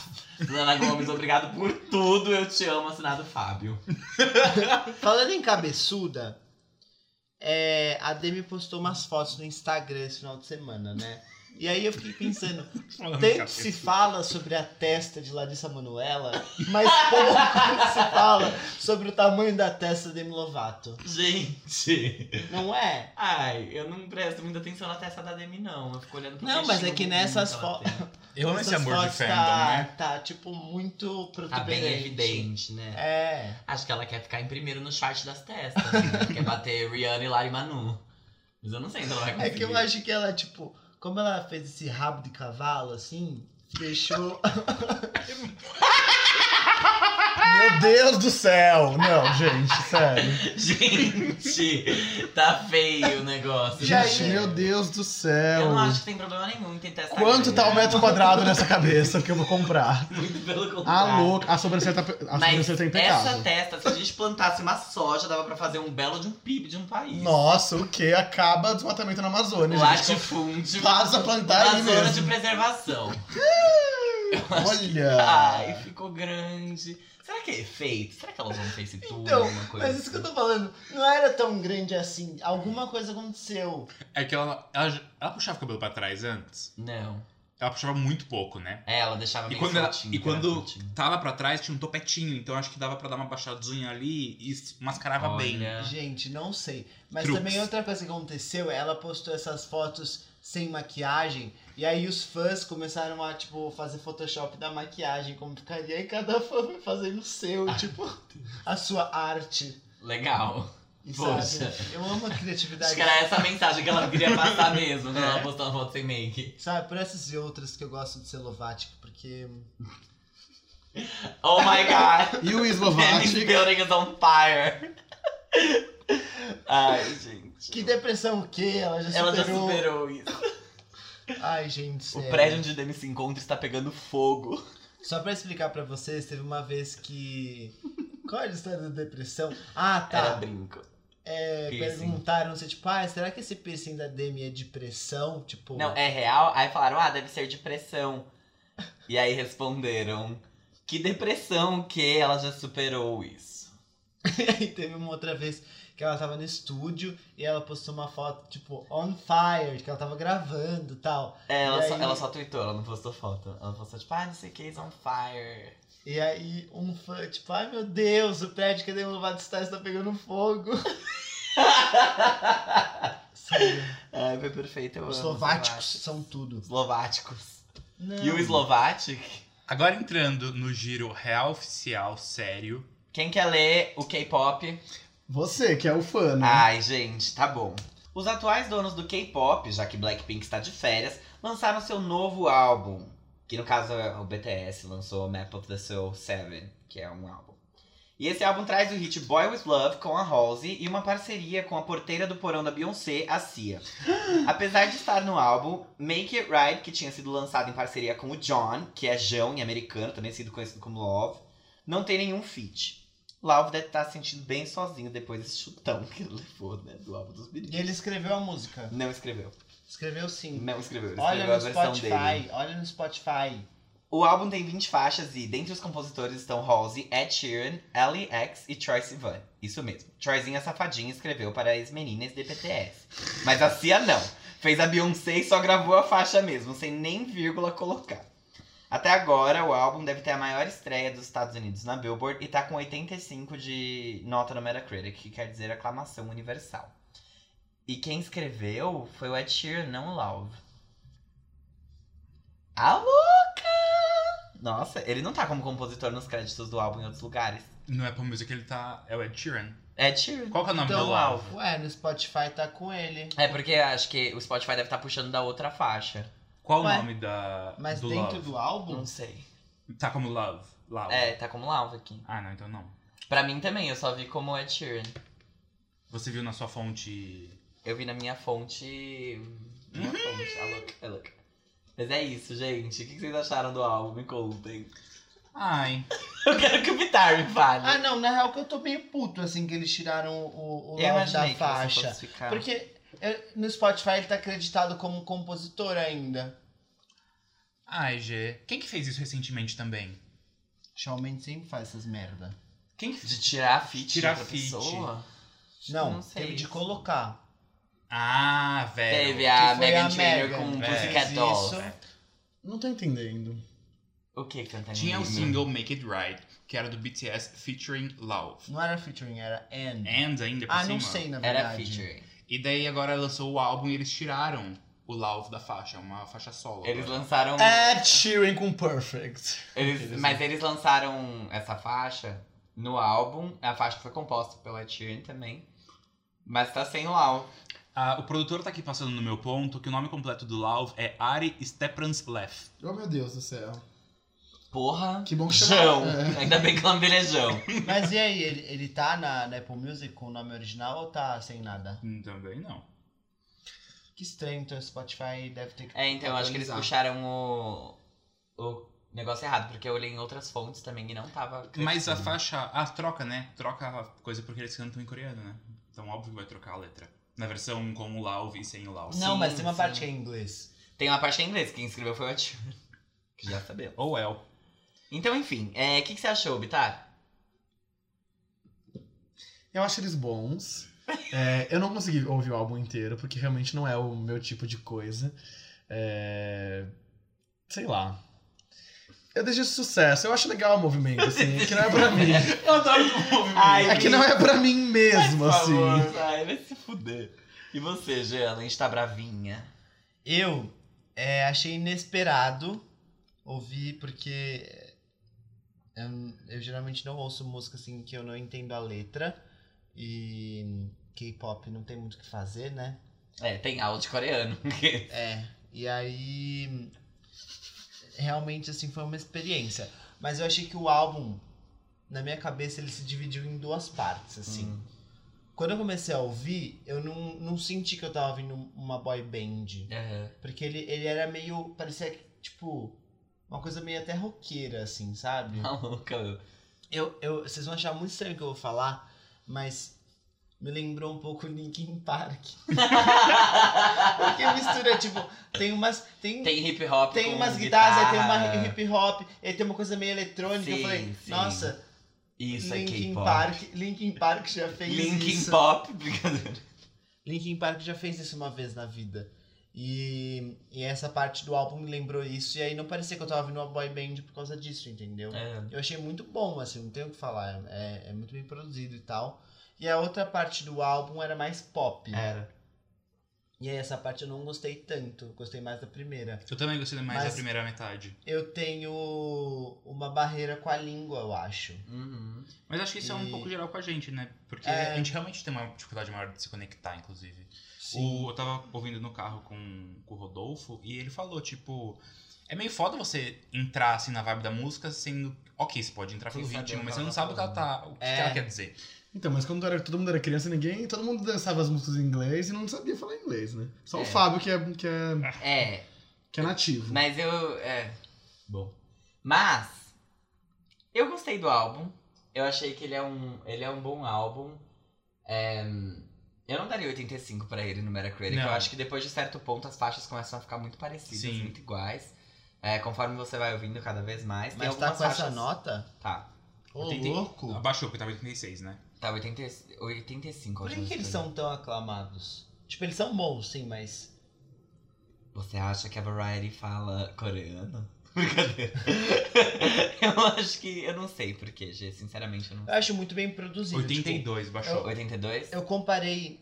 C: Lana Gomes, obrigado por tudo. Eu te amo, assinado Fábio.
B: Falando em cabeçuda, é, a Demi postou umas fotos no Instagram esse final de semana, né? E aí eu fiquei pensando, tanto se fala sobre a testa de Larissa Manoela, mas pouco se fala sobre o tamanho da testa da Demi Lovato.
C: Gente.
B: Não é?
C: Ai, eu não presto muita atenção na testa da Demi, não. Eu fico olhando pro
B: Não, mas
C: peixinho
B: é que
C: bonito
B: nessas
C: que ela
B: fo-
C: tem.
A: Eu amo esse
B: Essas
A: amor de
B: fotos
A: fandom,
B: tá,
A: né?
B: Tá, tipo, muito protuberante.
C: Tá bem evidente, né?
B: É.
C: Acho que ela quer ficar em primeiro no chart das testas. Né? quer bater Rihanna e Lari Manu. Mas eu não sei se ela vai
B: É
C: conseguir.
B: que eu acho que ela, tipo, como ela fez esse rabo de cavalo, assim, deixou.
D: Meu Deus do céu! Não, gente, sério.
C: Gente, tá feio o negócio.
B: Já
D: Gente,
B: é.
D: meu Deus do céu.
C: Eu não acho que né? tem problema nenhum em ter testa
D: é. Quanto
C: grande.
D: tá o metro quadrado Tá nessa cabeça que eu vou comprar?
C: Muito pelo
D: A
C: contrário.
D: louca, a sobrancelha tá, pe- a
C: Mas
D: sobrancelha tá
C: essa
D: impecável.
C: testa, se a gente plantasse uma soja, dava pra fazer um belo de um PIB de um país. Um
D: Nossa, o que? Acaba o desmatamento na Amazônia, gente.
C: Latifúndio.
D: Passa a plantar
C: Uma
D: aí
C: zona
D: mesmo.
C: de preservação.
D: Olha.
C: Ai, ficou grande. Será que é efeito? Será que elas vão ter esse tudo?
B: Então,
C: alguma coisa
B: Mas isso que eu tô falando, não era tão grande assim. Alguma coisa aconteceu.
A: É que ela, ela, ela puxava o cabelo pra trás antes.
C: assim? Não.
A: Ela puxava muito pouco, né?
C: É, ela deixava
A: E
C: meio
A: quando, ela,
C: soltinho,
A: e
C: que era
A: quando
C: curtinho.
A: tava pra trás, tinha um topetinho, então acho que dava pra dar uma baixadinha ali e s- mascarava bem.
C: Olha.
B: Gente, não sei. Mas
A: Truques.
B: também outra coisa que aconteceu, ela postou essas fotos sem maquiagem. E aí os fãs começaram a, tipo, fazer Photoshop da maquiagem, como ficaria. E cada fã foi fazendo o seu,
C: Ah,
B: tipo, a sua arte.
C: Legal.
B: E
C: Poxa.
B: sabe? Eu amo a criatividade.
C: Acho que era essa mensagem que ela queria passar mesmo, quando ela postou uma foto sem make.
B: Sabe, por essas e outras que eu gosto de ser Lovatic, porque.
C: Oh my god!
D: E o
C: This
D: Slovatic.
C: building is on fire! Ai, gente.
B: Que depressão o quê? Ela já
C: Ela já
B: superou.
C: superou isso.
B: Ai, gente.
C: O
B: sério.
C: prédio onde Demi se encontra está pegando fogo.
B: Só pra explicar pra vocês, teve uma vez que. Qual era a história da depressão? Ah,
C: Era
B: tá.
C: brinco.
B: É,
C: piercing.
B: perguntaram se, tipo, ah, será que esse piercing da Demi é de pressão? Tipo.
C: Não, é real? Aí falaram, ah, deve ser de pressão. E aí responderam que depressão que ela já superou isso.
B: E teve uma outra vez que ela tava no estúdio e ela postou uma foto, tipo, on fire, que ela tava gravando e tal.
C: É, Ela,
B: E
C: só,
B: aí?
C: ela só tweetou, ela não postou foto. Ela postou tipo, ah, não sei o que, is on fire.
B: E aí um fã, tipo, ai meu Deus, o prédio que a Demi Lovato está está tá pegando fogo. Sério,
C: Ai, É, foi perfeito, eu amo.
B: os eslováticos são tudo.
C: Eslováticos.
B: Não.
C: E o Slovatic,
A: Agora entrando no giro real oficial, sério.
C: quem quer ler o K-pop?
D: Você, que é o fã, né?
C: Ai, gente, tá bom. Os atuais donos do K-pop, já que Blackpink está de férias, lançaram seu novo álbum. Que no caso é o BTS lançou Map of the Soul 7, que é um álbum. E esse álbum traz o hit Boy With Love com a Halsey e uma parceria com a porteira do porão da Beyoncé, a Cia. Apesar de estar no álbum, Make It Right, que tinha sido lançado em parceria com o John, que é Jão em americano, também sido conhecido como Love, não tem nenhum feat. Love deve estar se sentindo bem sozinho depois desse chutão que ele levou, né, do álbum dos meninos.
B: E ele escreveu a música.
C: Não escreveu.
B: Escreveu sim.
C: Não escreveu, ele
B: Olha
C: escreveu a
B: no
C: versão dele.
B: Spotify, olha no Spotify.
C: O álbum tem 20 faixas e dentre os compositores estão Halsey, Ed Sheeran, X e Troy Sivan. Isso mesmo. Troyzinha Safadinha escreveu para as meninas de BTS. Mas a Cia não. Fez a Beyoncé e só gravou a faixa mesmo, sem nem vírgula colocar. Até agora, o álbum deve ter a maior estreia dos Estados Unidos na Billboard e tá com 85 de nota no Metacritic, que quer dizer aclamação universal. E quem escreveu foi o Ed Sheeran, não o Love. A louca! Nossa, ele não tá como compositor nos créditos do álbum em outros lugares.
A: No Apple Music ele tá. É o Ed Sheeran.
C: Ed Sheeran.
A: Qual que é o nome
B: Então,
A: do álbum?
B: Ué, no Spotify tá com ele.
C: É porque acho que o Spotify deve estar puxando da outra faixa.
A: Qual
B: Ué,
A: o nome da.
B: Mas
A: do
B: dentro
A: Love?
B: do álbum?
C: Não sei.
A: Tá como Love. Love.
C: É, tá como Love aqui.
A: Ah, não, então não.
C: Pra mim também, eu só vi como é Ed Sheeran.
A: Você viu na sua fonte.
C: Eu vi na minha fonte. Minha fonte, a louca, a louca. Mas é isso, gente. O que vocês acharam do álbum? Me contem.
A: Ai.
C: Eu quero que o Vitar me fale.
B: Ah, não, na real que eu tô meio puto, assim, que eles tiraram o, o
C: eu
B: Love da
C: imaginei que você
B: faixa.
C: fosse ficar.
B: Porque eu- no Spotify ele tá acreditado como compositor ainda.
A: Ai, Gê. Quem que fez isso recentemente também?
B: Shawn Mendes sempre faz essas merda.
A: Quem que.
C: De tirar a fit
A: Tirar
C: de outra
A: feat.
C: pessoa?
B: Não,
C: Não sei
B: teve de
C: isso.
B: colocar.
A: Ah, velho.
C: Teve a
B: que foi
C: Megan
B: a
C: Trainor
B: Megan.
C: com
A: É.
C: Pussycat
B: Fez
C: Dolls.
B: isso.
D: Não tô entendendo.
C: O que cantando?
A: Tinha
B: um
A: o single Make It Right, que era do BTS featuring Love.
B: Não era featuring, era and.
C: tipo
A: And ainda por
C: assim,
B: Ah,
A: cima.
B: não sei, na verdade.
C: Era featuring.
A: E daí agora lançou o álbum e eles tiraram o Love da faixa, é uma faixa solo.
C: Eles
A: agora.
C: lançaram.
D: Ed Sheeran com Perfect.
C: eles-
D: Eles-
C: mas eles lançaram essa faixa no álbum. A faixa foi composta pela Ed Sheeran também. Mas tá sem o Lau.
A: Ah, o produtor tá aqui passando no meu ponto que o nome completo do Love é Ari Stepranslev.
D: Oh, meu Deus do céu.
C: Porra.
D: Que bom que
C: Jão.
D: chegou. É.
C: Ainda bem que o nome dele é Jão.
B: Mas e aí, ele, ele tá na, na Apple Music com o nome original ou tá sem nada?
A: Hum, Também não.
B: Que estranho, então o Spotify deve ter que.
C: É, então eu acho que eles
B: atualizar.
C: puxaram o. o negócio errado, porque eu olhei em outras fontes também e não tava.
A: Mas a
C: crescendo.
A: faixa. Ah, troca, né? Troca a coisa porque eles cantam em coreano, né? Então óbvio que vai trocar a letra. Na versão com o Love e sem o Love.
B: Não,
C: Sim,
B: mas tem uma
C: sim.
B: parte que é em inglês.
C: Tem uma parte em inglês, quem escreveu foi o Ed Sheeran. Que já sabemos.
A: Ou El.
C: Então, enfim, é, o que, que você achou, Bitar?
D: Eu acho eles bons. É, eu não consegui ouvir o álbum inteiro, porque realmente não é o meu tipo de coisa. É, Sei lá. Eu deixo sucesso. Eu acho legal o movimento, assim. É que não é pra mim.
A: Eu adoro o movimento.
C: Ai,
D: É que não é pra mim mesmo,
C: Por favor,
D: assim.
C: Ai, vai se fuder. E você, Jean, a gente tá bravinha.
B: Eu é, achei inesperado ouvir, porque eu, eu geralmente não ouço música assim que eu não entendo a letra. E K-pop não tem muito o que fazer, né?
C: É, tem aula de coreano.
B: É, e aí realmente assim foi uma experiência, mas eu achei que o álbum na minha cabeça ele se dividiu em duas partes, assim.
C: Hum.
B: Quando eu comecei a ouvir, eu não, não senti que eu tava ouvindo uma boy band,
C: Aham.
B: porque ele ele era meio parecia que, tipo uma coisa meio até roqueira assim, sabe?
C: Tá Maluca.
B: Eu, eu, vocês vão achar muito estranho o que eu vou falar, mas me lembrou um pouco Linkin Park. Porque mistura, tipo, tem umas. Tem,
C: Tem hip hop.
B: tem
C: com
B: umas guitarras, aí tem uma
C: guitarra.
B: hip hop, aí tem uma coisa meio eletrônica. eu
C: Sim,
B: falei,
C: sim.
B: nossa,
C: Isso é
B: Linkin
C: K-pop.
B: Park. Linkin Park já fez
C: Linkin
B: isso.
C: Pop, brincadeira.
B: Linkin Park já fez isso uma vez na vida. E, e essa parte do álbum me lembrou isso, e aí não parecia que eu tava vindo uma boy band por causa disso, entendeu?
C: É.
B: Eu achei muito bom, assim, não tenho o que falar. É, é muito bem produzido e tal. E a outra parte do álbum era mais pop.
C: Era.
B: E aí essa parte eu não gostei tanto. eu Gostei mais da primeira.
A: Eu também gostei mais
B: Mas-
A: da primeira metade.
B: Eu tenho uma barreira com a língua, eu acho.
C: Uhum.
A: Mas acho que isso é um
B: E-
A: pouco geral com a gente, né? Porque
B: É.
A: a gente realmente tem uma dificuldade maior de se conectar, inclusive. O- eu tava ouvindo no carro com, com o Rodolfo e ele falou, tipo. É meio foda você entrar assim na vibe da música sendo. Ok, você pode entrar pelo
C: Sem saber
A: ritmo,
C: o
A: mas você
C: que
A: não
C: ela
A: sabe
C: tá
A: o que ela tá. O que
B: É.
A: ela quer dizer.
D: Então, mas quando era, todo mundo era criança, ninguém. Todo mundo dançava as músicas em inglês e não sabia falar inglês, né? Só
C: É.
D: o Fábio que é, que é,
C: É,
D: que é nativo.
C: mas eu. É.
D: Bom.
C: Mas. Eu gostei do álbum. Eu achei que ele é um, ele é um bom álbum. É, eu não daria 85 pra ele no Metacritic.
A: Não.
C: Eu acho que depois de certo ponto as faixas começam a ficar muito parecidas,
A: Sim.
C: muito iguais. É, conforme você vai ouvindo cada vez mais. tem
B: Mas tá
C: algumas
B: com essa
C: faixas-
B: nota?
C: Tá.
B: Ô,
A: 80
B: louco!
A: Abaixou, porque tava em 86, né?
C: Tá, 80, e- 85. a
B: Por que,
C: última
B: que eles
C: escolha.
B: são tão aclamados? Tipo, eles são bons, sim, mas.
C: Você acha que a Variety fala coreano? Brincadeira. eu acho que. Eu não sei porquê, G. Sinceramente, eu não
B: Eu acho muito bem produzido. tipo,
A: 82, baixou.
C: 82?
B: Eu comparei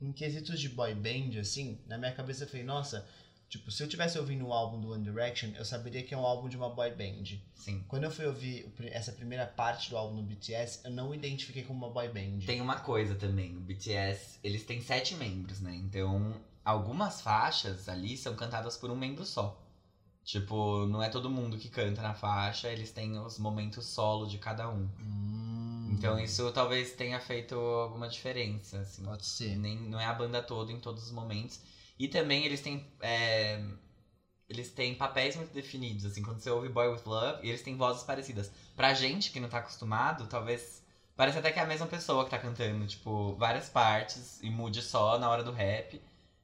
B: em quesitos de boy band, assim, na minha cabeça eu falei, nossa, tipo, se eu tivesse ouvindo o álbum do One Direction, eu saberia que é um álbum de uma boy band.
C: Sim.
B: Quando eu fui ouvir o pri- essa primeira parte do álbum do BTS, eu não identifiquei como uma boy band.
C: Tem uma coisa também, o BTS, eles têm sete membros, né? Então, algumas faixas ali são cantadas por um membro só. Tipo, não é todo mundo que canta na faixa, eles têm os momentos solo de cada um.
B: Hum,
C: Então isso talvez tenha feito alguma diferença, assim.
B: Pode ser.
C: Nem, não é a banda toda em todos os momentos. E também eles têm. é, eles têm papéis muito definidos, assim, quando você ouve Boy With Love, e eles têm vozes parecidas. Pra gente que não tá acostumado, talvez. Parece até que é a mesma pessoa que tá cantando, tipo, várias partes e mude só na hora do rap.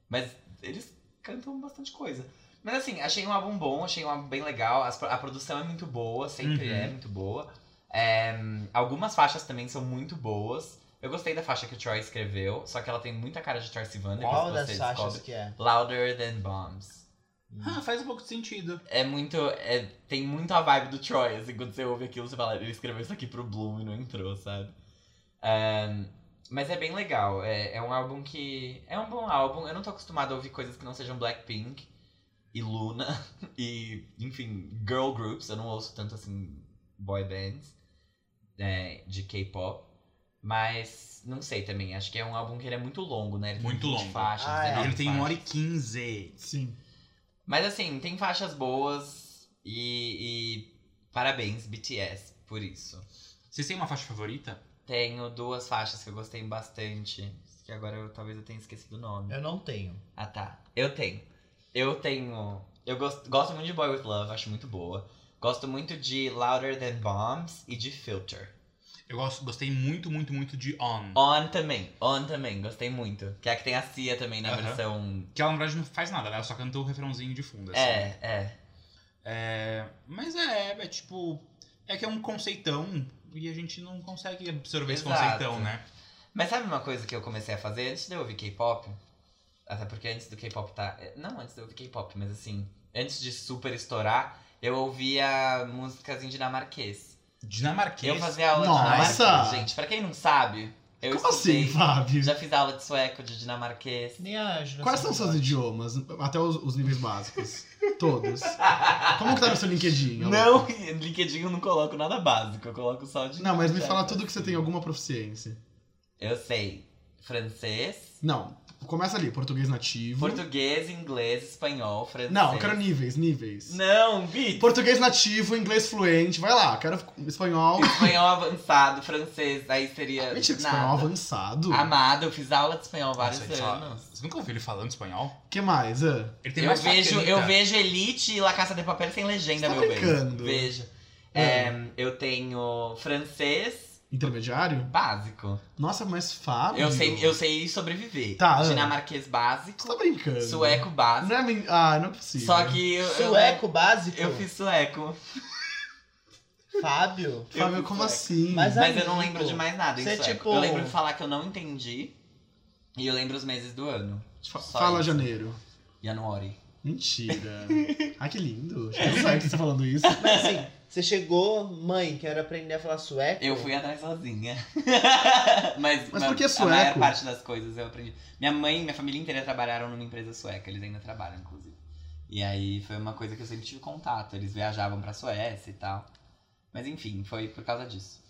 C: Mas eles cantam bastante coisa. Mas assim, achei um álbum bom, achei um álbum bem legal. as pro- a produção é muito boa, sempre
A: Uhum.
C: é muito boa. É, algumas faixas também são muito boas. Eu gostei da faixa que o Troy escreveu, só que ela tem muita cara de Troy Sivan. depois
B: Qual
C: que
B: das
C: você
B: faixas
C: descobre.
B: que é? Hum,
C: Louder Than Bombs.
A: Ah, faz um pouco de sentido.
C: É muito. é- tem muito a vibe do Troy, assim, quando você ouve aquilo, você fala, ele escreveu isso aqui pro Bloom e não entrou, sabe? É, mas é bem legal. É, é um álbum que. É um bom álbum. Eu não tô acostumado a ouvir coisas que não sejam Blackpink e Luna e, enfim, girl groups. Eu não ouço tanto assim boy bands né, de K-pop. Mas não sei também. Acho que é um álbum que ele é muito longo, né? Ele tem
A: Muito
C: 20
A: longo.
C: Faixas,
B: Ah, é.
C: 19
A: Ele tem 1 hora e
C: faixas.
A: 15.
D: Sim.
C: Mas assim, tem faixas boas e, e parabéns, BTS, por isso.
A: Vocês têm uma faixa favorita?
C: Tenho duas faixas que eu gostei bastante, que agora eu, talvez eu tenha esquecido o nome.
B: Eu não tenho.
C: Ah tá, eu tenho. Eu tenho. Eu gosto, gosto muito de Boy With Love, acho muito boa. Gosto muito de Louder Than Bombs e de Filter.
A: Eu gosto, gostei muito, muito, muito de On.
C: On também, On também, gostei muito. Que é a que tem a Cia também na
A: Aham.
C: versão.
A: Que ela, na verdade, não faz nada, né? Ela só cantou o refrãozinho de fundo, assim.
C: É, é.
A: É, mas é, é tipo. É que é um conceitão e a gente não consegue absorver esse
C: Exato.
A: conceitão, né?
C: Mas sabe uma coisa que eu comecei a fazer antes de eu ouvir K-pop? Até porque antes do K-pop tá. é, Não, antes de eu ouvir K-pop, mas assim, antes de super estourar, eu ouvia músicas em dinamarquês.
A: Dinamarquês.
C: Eu fazia aula de
D: Nossa!
C: dinamarquês, gente. Pra quem não sabe, eu
D: Como
C: estudei.
D: assim, Fábio?
C: já fiz aula de sueco, de dinamarquês.
B: Nem a Jurassic
D: Quais são seus
B: Park.
D: idiomas? Até os, os níveis básicos. Todos. Como que tá no seu LinkedIn? ô
C: Não,
D: louco?
C: LinkedIn eu não coloco nada básico, eu coloco só de.
D: Não, mas me fala tudo que você tem alguma proficiência.
C: Eu sei francês,
D: Não, começa ali, português nativo.
C: português, inglês, espanhol, francês.
D: Uhum. Não, eu quero níveis, níveis.
C: Não, Vitor!
D: Português nativo, inglês fluente, vai lá, quero espanhol.
C: espanhol avançado, francês, aí seria.
D: Mentira, que
C: nada. Ah,
D: espanhol avançado.
C: Amado, eu fiz aula de espanhol vários
A: Nossa, ele fala-
C: anos.
A: Você nunca ouviu ele falando espanhol?
D: que mais? Hã?
A: Ele tem
C: Eu
A: mais
C: vejo,
A: faceta.
C: eu vejo Elite e La Caça de Papel sem legenda,
D: Você tá
C: meu bem.
D: brincando?
C: Vejo.
D: É.
C: É, eu tenho francês,
D: Intermediário?
C: Básico.
D: Nossa, mas Fábio.
C: Eu sei, eu sei sobreviver.
D: Tá, Ana.
C: Dinamarquês básico,
D: Você tá brincando.
C: sueco básico.
D: Não é men- Ah, não é possível.
C: Só que eu, eu-
B: Sueco básico?
C: eu fiz sueco.
B: Fábio?
D: Fábio,
C: eu-
D: como assim?
B: Mas-
C: Hum, Mas eu
B: amigo,
C: não lembro de mais nada em
B: você é
C: sueco.
B: tipo-
C: Eu lembro de falar que eu não entendi. E eu lembro os meses do ano.
D: Fa-
C: Só
D: Fala
C: isso.
D: janeiro.
C: Januari.
D: Mentira. ah, que lindo. Acho que Eu não sei que você tá falando isso.
B: Mas assim, você chegou, mãe, quero aprender a falar sueco.
C: Eu fui atrás sozinha. mas
D: Mas
C: ma-
D: por que
C: a
D: sueco?
C: maior parte das coisas eu aprendi. Minha mãe e minha família inteira trabalharam numa empresa sueca. Eles ainda trabalham, inclusive. E aí foi uma coisa que eu sempre tive contato. Eles viajavam pra Suécia e tal. Mas enfim, foi por causa disso.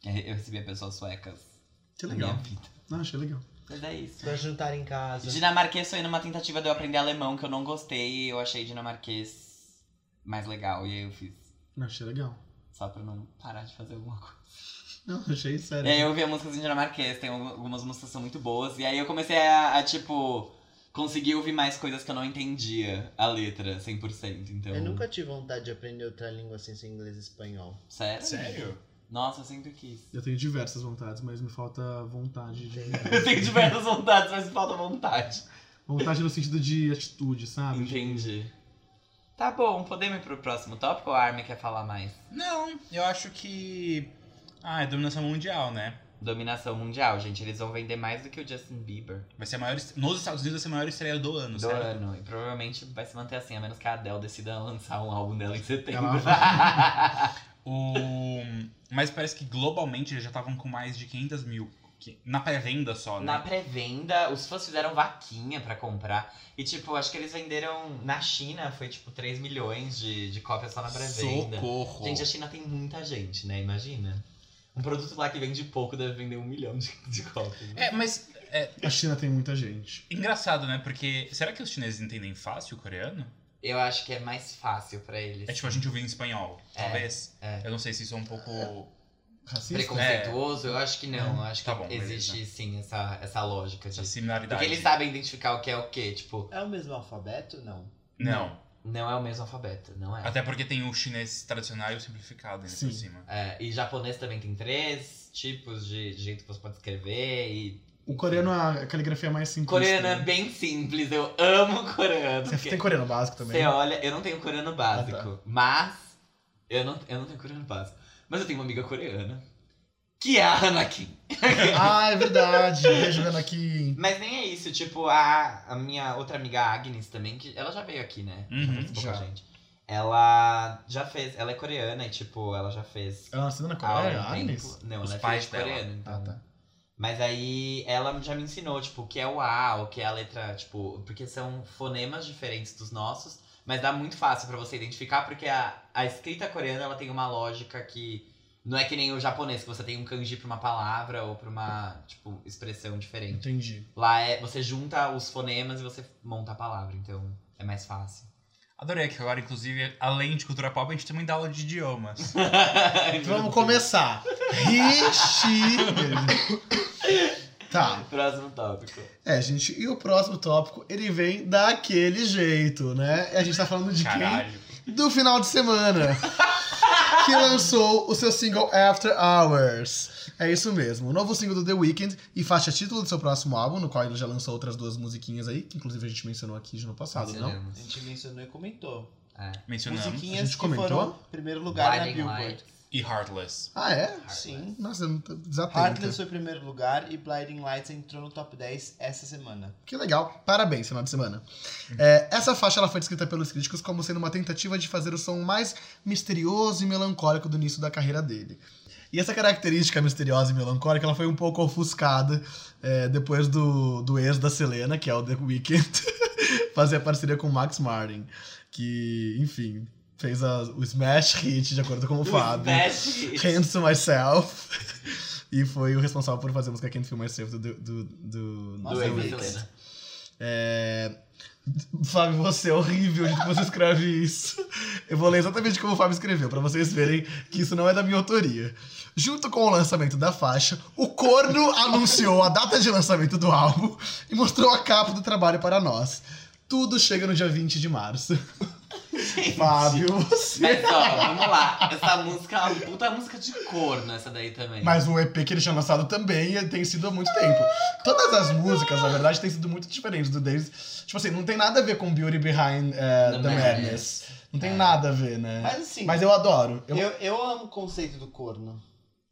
C: que Eu recebia pessoas suecas
D: Que
C: na
D: legal.
C: minha vida.
D: Não, achei legal.
C: Mas é isso.
B: Pra juntar em casa.
C: Dinamarquês foi numa tentativa de eu aprender alemão que eu não gostei. Eu achei dinamarquês mais legal. E aí eu fiz.
D: Não, achei legal.
C: Só pra não parar de fazer alguma coisa.
D: Não, achei sério.
C: E aí É, eu ouvia músicas em dinamarquês, tem algu- algumas músicas que são muito boas. E aí eu comecei a, a, tipo, conseguir ouvir mais coisas que eu não entendia a letra 100%. Então,
B: Eu nunca tive vontade de aprender outra língua assim, sem ser inglês e espanhol.
C: Sério? Nossa, eu sempre quis.
D: Eu tenho diversas vontades, mas me falta vontade de.
C: Eu tenho diversas vontades, mas falta vontade.
D: Vontade no sentido de atitude, sabe?
C: Entendi. Tá bom, podemos ir pro próximo tópico ou a Armin quer falar mais?
A: Não, eu acho que. Ah, é dominação mundial, né?
C: Dominação mundial, gente. Eles vão vender mais do que o Justin Bieber
A: Vai ser a maior. est- Nos Estados Unidos vai ser a maior estreia do ano,
C: do
A: certo?
C: ano. E provavelmente vai se manter assim, a menos que a Adele decida lançar um álbum dela em setembro.
D: Ela
A: O... Mas parece que globalmente eles já estavam com mais de 500 mil. que- Na pré-venda só, né?
C: Na pré-venda, os fãs fizeram vaquinha pra comprar. E, tipo, acho que eles venderam na China, foi tipo 3 milhões de, de cópias só na pré-venda.
A: Socorro!
C: Gente, a China tem muita gente, né? Imagina. Um produto lá que vende pouco deve vender um milhão de, de cópias.
A: É, mas
D: A China tem muita gente.
A: engraçado, né? Porque será que os chineses entendem fácil o coreano?
C: Eu acho que é mais fácil pra eles.
A: É tipo a gente ouvir em espanhol,
C: É,
A: talvez.
C: é.
A: Eu não sei se isso é um pouco.
D: Racista?
C: Preconceituoso? Eu acho que não. Eu acho que
A: né? Tá bom,
C: existe sim essa, essa lógica
A: Essa
C: disso.
A: similaridade.
C: Porque eles sabem identificar o que é o quê. Tipo,
B: É o mesmo alfabeto? Não.
A: Não.
C: não é o mesmo alfabeto, não é?
A: Até porque tem o chinês tradicional e o simplificado ainda
D: Sim.
A: por cima.
C: É, e japonês também tem três tipos de jeito que você pode escrever. E
D: O coreano, a caligrafia é mais simples.
C: coreano é
D: né?
C: bem simples, eu amo coreano.
D: Você
C: porque
D: tem coreano básico também? né?
C: você olha, eu não tenho coreano básico,
D: Ah,
C: mas eu não, eu não tenho coreano básico. Mas eu tenho uma amiga coreana, que é a Hanakin.
D: Ah, é verdade. Beijo, Ana aqui.
C: Mas nem é isso, tipo, a, a minha outra amiga a Agnes também, que ela já veio aqui, né?
A: Uhum,
C: participou com a
D: já.
C: gente. Ela já fez, ela é coreana e tipo, ela já fez
D: Ela nasceu É na
C: há
D: Coreia, Ah,
C: um
D: Agnes?
C: tempo- Não,
A: Os
C: ela é
A: pais
C: filha de
A: dela.
C: coreano, então.
D: Ah, tá.
C: Mas aí ela já me ensinou, tipo, o que é o A, o que é a letra, tipo, porque são fonemas diferentes dos nossos, mas dá muito fácil pra você identificar, porque a, a escrita coreana ela tem uma lógica que não é que nem o japonês, que você tem um kanji pra uma palavra ou pra uma, tipo, expressão diferente.
D: Entendi.
C: Lá é, você junta os fonemas e você monta a palavra, então é mais fácil.
A: Adorei que agora, inclusive, além de cultura pop, a gente também dá aula de idiomas.
D: Então vamos começar. Rishi. Tá.
C: Próximo tópico.
D: É, gente, e o próximo tópico, ele vem daquele jeito, né? E A gente tá falando de
A: Caralho.
D: quem? Do final de semana. que lançou o seu single After Hours. É isso mesmo, o novo single do The Weeknd e faixa título do seu próximo álbum, no qual ele já lançou outras duas musiquinhas aí, que inclusive a gente mencionou aqui já no passado, não?
B: A gente mencionou e comentou.
C: É.
A: Mencionamos.
D: A
B: Musiquinhas
D: gente
B: que
D: comentou?
B: foram primeiro lugar
D: né,
B: na
C: Blinding
B: Billboard.
C: Lights.
A: E Heartless.
D: Ah, é?
B: Sim.
D: Nossa, eu não tô desatento.
B: Heartless foi primeiro lugar e Blinding Lights entrou no top 10 essa semana.
D: Que legal, parabéns, final de semana. É, essa faixa ela foi descrita pelos críticos como sendo uma tentativa de fazer o som mais misterioso e melancólico do início da carreira dele. E essa característica misteriosa e melancólica ela foi um pouco ofuscada é, depois do, do ex da Selena, que é o The Weeknd, fazer a parceria com o Max Martin, que, enfim, fez a- o smash hit, de acordo com o Fábio.
C: Smash.
D: Hands to Myself. E foi o responsável por fazer a música Can't Feel Myself do, do, do, do,
B: Nossa,
C: Do
D: The
B: eu
C: Eva
B: vi
D: Weeknd.
B: isso.
C: Selena.
D: É... Fábio, você é horrível o jeito que você escreve isso. Eu vou ler exatamente como o Fábio escreveu, pra vocês verem que isso não é da minha autoria. Junto com o lançamento da faixa, o Corno anunciou a data de lançamento do álbum e mostrou a capa do trabalho para nós. Tudo chega no dia 20 de março.
C: gente.
D: Fábio, você.
C: Mas ó, vamos lá. Essa música é uma puta música de corno, essa daí também.
D: Mas o EP que ele tinha lançado também eh, tem sido há muito tempo. Todas as músicas, na verdade, têm sido muito diferentes do Days. Tipo assim, não tem nada a ver com Beauty Behind eh,
C: The
D: The,
C: Madness.
D: Madness. Não tem
C: É.
D: nada a ver, né?
B: Mas assim,
D: Mas eu adoro.
B: eu...
D: Eu,
B: Eu, amo o conceito do corno.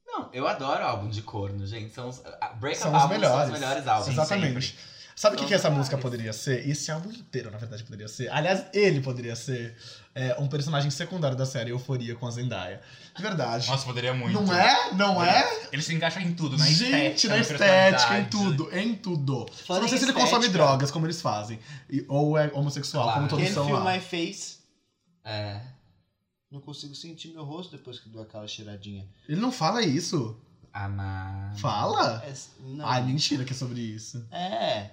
C: Não, eu adoro álbum de corno, gente. São os, a- Breakup
D: são os
C: álbuns
D: melhores.
C: são os melhores álbuns.
D: Exatamente.
C: sempre.
D: Sabe o
C: São
D: que, que essa
C: os
D: música
C: melhores.
D: poderia ser? Esse álbum inteiro, na verdade, poderia ser. Aliás, ele poderia ser eh, um personagem secundário da série Euforia com a Zendaya. De verdade.
A: Nossa, poderia muito.
D: Não é? Não é?
A: Ele se encaixa em tudo, na
D: Gente,
A: estética.
D: na estética, em tudo, em tudo. Só
B: Falando
D: não sei
B: em
D: se ele consome
B: estética,
D: drogas, como eles fazem. E- ou é homossexual,
C: Claro.
D: como todos
B: Can't
D: são
B: feel
D: lá.
B: my face.
C: É.
B: Não consigo sentir meu rosto depois que dou aquela cheiradinha.
D: Ele não fala isso.
C: Amar.
D: Fala?
B: É, não.
D: Ai, mentira que é sobre isso.
B: É.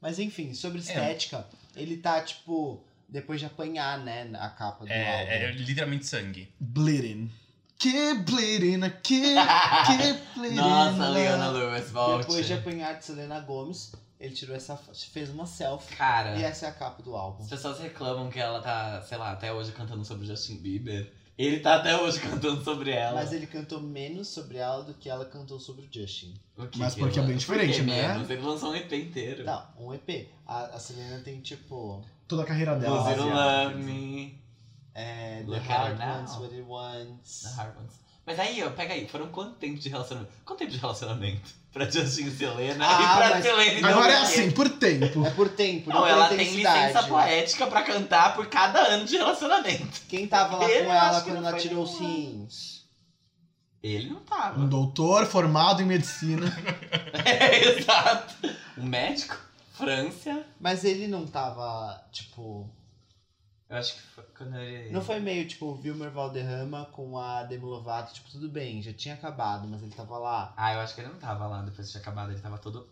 B: Mas enfim, sobre
C: É.
B: estética, ele tá, tipo, depois de apanhar, né, a capa do
A: É, é
B: álbum.
A: literalmente sangue.
D: Bleeding. Que bleeding, né? que, que bleeding. né?
C: Nossa, Leona Lewis, volte.
B: Depois de apanhar de Selena Gomes, ele tirou essa fo- fez uma selfie.
C: Cara,
B: E essa é a capa do álbum.
C: as pessoas reclamam que ela tá, sei lá, até hoje cantando sobre Justin Bieber. Ele tá até hoje cantando sobre ela.
B: Mas ele cantou menos sobre ela do que ela cantou sobre o Justin.
C: O que
D: Mas
C: que
D: porque é
C: ela-
D: bem diferente,
C: Por que
D: né? Tá,
C: menos? Ele lançou um EP inteiro.
B: Não, um EP. A, a Selena tem, tipo,
D: Toda a carreira dela. assim,
C: Lose It or
D: baseada.
C: Love Me,
B: é, The
C: Look at
B: Hard
C: Her Now.
B: Ones, What It Wants.
C: The Hard Ones. Mas aí, ó, pega aí, foram quanto tempo de relacionamento? Quanto tempo de relacionamento? Pra Justin e Selena
B: Ah,
C: e pra
B: mas-
C: Selena e
D: Agora é
C: Justin.
D: assim, por tempo.
B: É por tempo, não,
C: Não,
B: por
C: ela tem
B: intensidade. né?
C: licença poética pra cantar por cada ano de relacionamento.
B: Quem tava lá
C: Ele
B: com
C: acho
B: ela
C: que
B: quando
C: não
B: ela
C: foi
B: tirou
C: nenhum.
B: os rins?
C: Ele não tava.
D: Um doutor formado em medicina.
C: É, exato. O médico, França.
B: Mas ele não tava, tipo...
C: Eu acho que foi quando ele.
B: Não foi meio, tipo, o Wilmer Valderrama com a Demi Lovato, tipo, tudo bem, já tinha acabado, mas ele tava lá.
C: Ah, eu acho que ele não tava lá depois de ter acabado, ele tava todo.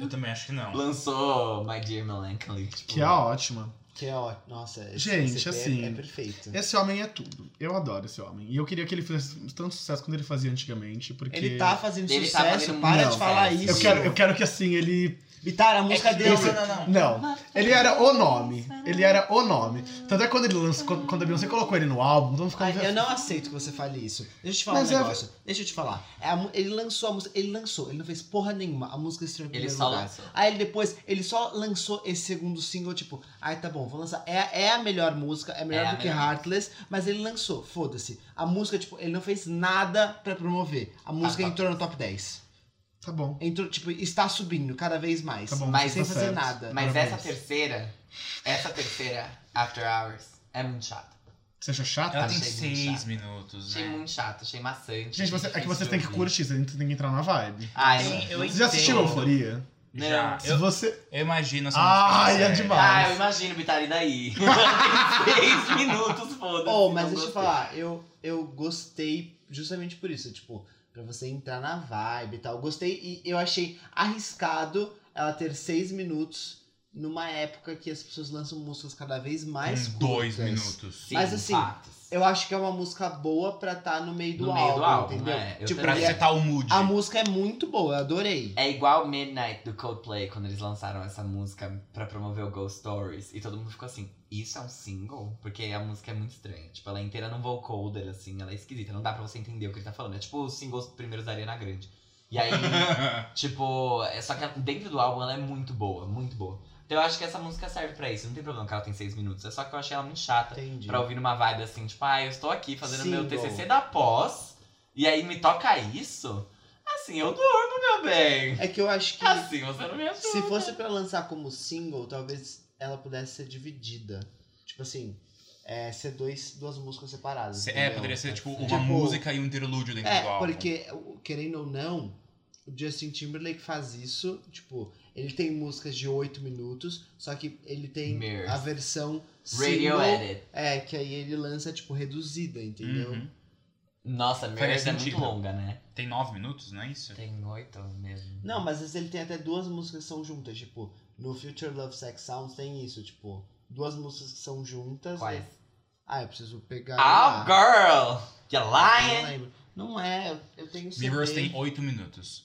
A: Eu também acho que não.
C: Lançou My Dear Melancholy. Tipo...
D: Que é ótima.
B: Que é ótimo. Nossa, esse
D: Gente,
B: EP é-
D: assim,
B: É, perfeito.
D: Esse homem é tudo. Eu adoro esse homem. E eu queria que ele fizesse tanto sucesso quanto ele fazia antigamente, porque.
B: Ele tá fazendo
C: Ele tá
B: sucesso,
C: fazendo
B: para
D: muito
B: de falar
C: sucesso.
B: isso.
D: Eu quero, eu quero que assim, ele.
B: Bitar, a música
A: É que-
B: dele.
A: Não, não, não. não.
D: Não. Ele era o nome. Ele era o nome. Tanto é que quando ele lançou. Quando quando a Beyoncé colocou ele no álbum, todo mundo assim, ficou.
B: Ai, eu não aceito que você fale isso. Deixa eu te falar
D: Mas
B: um
D: é-
B: negócio. Deixa eu te falar. É a mu- ele lançou a música. Ele lançou, ele não fez porra nenhuma. A música é estreou em
C: Ele
B: primeiro
C: só
B: lugar.
C: lançou.
B: Aí ele depois, ele só lançou esse segundo single, tipo, ai tá bom, vou lançar. É, é a melhor música, é melhor
C: É a
B: do que
C: melhor.
B: Heartless, mas ele lançou, foda-se. A música, tipo, ele não fez nada pra promover. A música
C: tá.
B: entrou no top 10.
D: Tá bom.
B: Entrou, tipo, está subindo cada vez mais.
D: Tá bom,
C: Mas
B: sem
D: tá
B: fazer
D: certo.
B: nada.
C: Mas
D: Parabéns.
C: essa terceira, essa terceira, After Hours, é muito chata.
D: Você achou chato?
A: Ela tem
C: Achei muito
A: seis
C: chato.
A: minutos,
C: Achei
A: né?
C: muito chato, achei maçante.
D: Gente, você- é que
C: difícil
D: vocês têm
C: de
D: que
C: ouvir.
D: curtir, vocês têm que entrar na vibe.
C: Ai, né?
A: Tem- eu
D: Vocês já assistiram
A: entendo.
D: Euforia?
A: Já.
D: Se
A: Eu,
D: você.
A: eu imagino essa
D: Ai,
A: música.
D: é
A: sério.
D: demais.
C: Ah, eu imagino Bitari daí. Tem seis minutos, foda-se.
B: Oh,
C: não
B: mas deixa eu
C: gostei.
B: falar, eu, eu gostei justamente por isso, tipo, pra você entrar na vibe e tal. Gostei e eu achei arriscado ela ter seis minutos numa época que as pessoas lançam músicas cada vez mais
A: Com dois
B: curtas.
A: minutos.
C: Sim,
B: Mas assim,
C: fatos.
B: Eu acho que é uma música boa pra tá no meio do
C: No meio
B: álbum,
C: do álbum,
B: entendeu?
C: é, eu
B: tipo,
A: Pra
C: também.
B: e a-
A: acertar o mood.
B: a música é muito boa, eu adorei.
C: É igual Midnight do Coldplay, quando eles lançaram essa música pra promover o Ghost Stories. E todo mundo ficou assim, isso é um single? Porque a música é muito estranha. Tipo, ela é inteira num vocoder, assim, ela é esquisita. Não dá pra você entender o que ele tá falando. É tipo os singles primeiros da Ariana Grande. E aí, tipo, é só que ela- dentro do álbum ela é muito boa, muito boa. Então eu acho que essa música serve pra isso. Não tem problema que ela tem seis minutos. É só que eu achei ela muito chata.
B: Entendi.
C: Pra ouvir numa vibe assim, tipo, ah, eu estou aqui fazendo meu
B: Single.
C: TCC da pós, e aí me toca isso? Assim, eu durmo, meu bem.
B: É que eu acho que
C: Assim, você não me ajuda.
B: se fosse pra lançar como single, talvez ela pudesse ser dividida. Tipo assim, é, ser dois, duas músicas separadas.
A: Se- É,
B: entendeu?
A: poderia ser tipo uma
B: Tipo-
A: música e um interlúdio dentro do
B: É,
A: álbum.
B: porque, querendo ou não, o Justin Timberlake faz isso. Tipo, ele tem músicas de 8 minutos, só que ele tem
C: Mirrors.
B: a versão
C: Radio
B: single,
C: Edit.
B: É, que aí ele lança, tipo, reduzida, entendeu?
A: Uhum.
C: Nossa, Mirrors
A: Faria
C: é muito
A: sentido.
C: longa, né?
A: Tem nove minutos, não é isso?
C: Tem oito mesmo.
B: Não, mas às vezes ele tem até duas músicas que são juntas. Tipo, no Future Love Sex Sounds tem isso, tipo, duas músicas que são juntas.
C: Quais?
B: Ah, eu preciso pegar.
C: Oh,
A: Ah.
B: lá.
C: girl! ah, You
B: não,
C: lying!
B: lembro. não é, eu- eu tenho CD.
A: Mirrors tem oito minutos.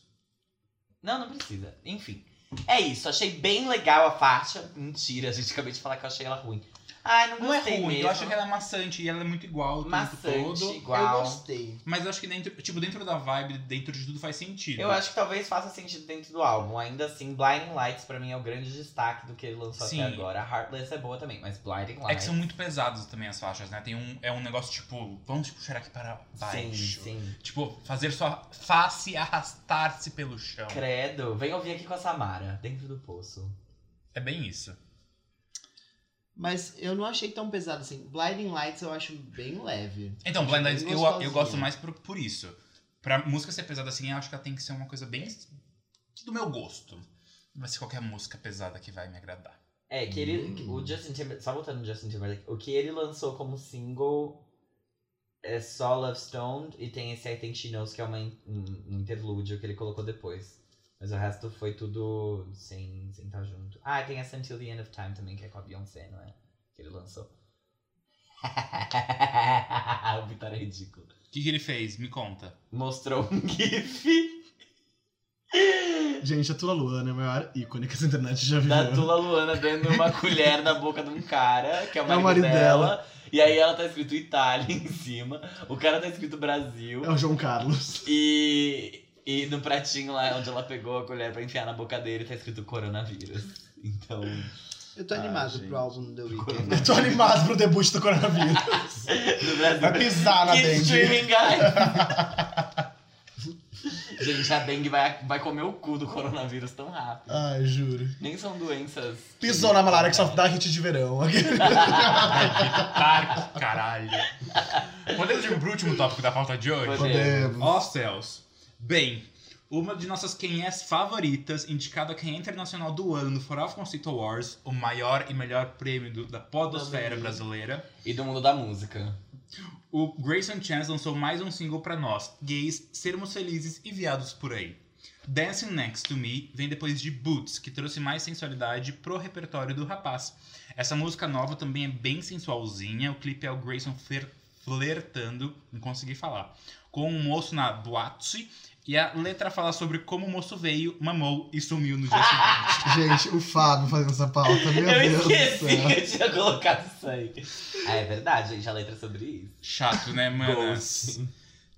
C: Não, não precisa. Enfim. É isso, achei bem legal a faixa. Mentira, a gente acabei de falar que eu achei ela ruim. Ai, não
A: Não é
C: gostei
A: ruim,
C: mesmo.
A: eu acho que ela é maçante e ela é muito igual o tempo
C: Maçante,
A: todo.
B: Eu
C: igual.
B: gostei.
A: Mas eu acho que dentro, tipo, dentro da vibe, dentro de tudo faz sentido.
C: Eu acho que talvez faça sentido dentro do álbum. Ainda assim, Blinding Lights pra mim é o grande destaque do que ele lançou
A: Sim.
C: até agora. Heartless é boa também, mas Blinding Lights.
A: É que são muito pesados também as faixas, né? Tem um, é um negócio tipo, vamos te puxar aqui para
C: Sim,
A: baixo.
C: sim.
A: Tipo, fazer sua face arrastar-se pelo chão.
C: Credo. Vem ouvir aqui com a Samara, dentro do poço.
A: É bem isso.
B: Mas eu não achei tão pesado assim. Blinding Lights eu acho bem leve.
A: Então,
B: Acho
A: Blind
B: bem
A: Lights, eu, eu
B: gostosinho.
A: gosto mais por, por isso. Pra música ser pesada assim, eu acho que ela tem que ser uma coisa bem do meu gosto. Não vai ser qualquer música pesada que vai me agradar.
C: É, que ele.
B: Hum.
C: que O Justin Timberlake. Só voltando no Justin Timberlake. O que ele lançou como single é só Love Stone e tem esse I Think She Knows, que é uma in- um um interlúdio que ele colocou depois. Mas o resto foi tudo sem, sem estar junto. Ah, tem essa Until the End of Time também, que é com a Beyoncé, não é? Que ele lançou. o Vitória é ridículo
A: O que, que ele fez? Me conta.
C: mostrou um GIF
D: Gente, a Tula Luana é a maior ícone que essa internet já viu.
C: da Tula Luana dando uma colher na boca de um cara, que é o
D: É o
C: marido,
D: marido
C: dela. E aí ela tá escrito Itália em cima, o cara tá escrito Brasil.
D: É o João Carlos.
C: E, e no pratinho lá onde ela pegou a colher pra enfiar na boca dele tá escrito coronavírus. Então,
B: Eu tô
C: Ah,
B: animado
C: gente.
B: pro álbum do The Weeknd.
D: Eu tô animado pro debut do coronavírus.
C: no
D: Vai
C: Brasil.
D: pisar na
C: Que
D: dengue.
C: streaming guy! Gente, a dengue vai, vai comer o cu do coronavírus tão rápido.
D: Ai, juro.
C: Nem são doenças.
D: Pisou na malária que só dá hit de verão.
A: Ai, que tarde, caralho. Podemos ir pro último tópico da pauta de hoje?
C: Podemos.
D: Podemos.
A: Ó céus. Bem, uma de nossas quem é favoritas, indicada quem é internacional do ano no For All Conceit Awards, o maior e melhor prêmio do- da podosfera
B: Amém.
A: brasileira,
C: E do mundo da música.
A: o Grayson Chance lançou mais um single pra nós, gays, sermos felizes e viados por aí. Dancing Next to Me vem depois de Boots, que trouxe mais sensualidade pro repertório do rapaz. Essa música nova também é bem sensualzinha, o clipe é o Grayson fler- flertando, não consegui falar, com um moço na boate, e a letra fala sobre como o moço veio, mamou e sumiu no dia seguinte.
D: Gente, o Fábio fazendo essa pauta. Meu
C: eu
D: Deus
C: esqueci
D: do céu.
C: que eu tinha colocado isso aí. Ah, é verdade, gente, a letra é sobre isso.
A: Chato, né, mano?
C: Goals.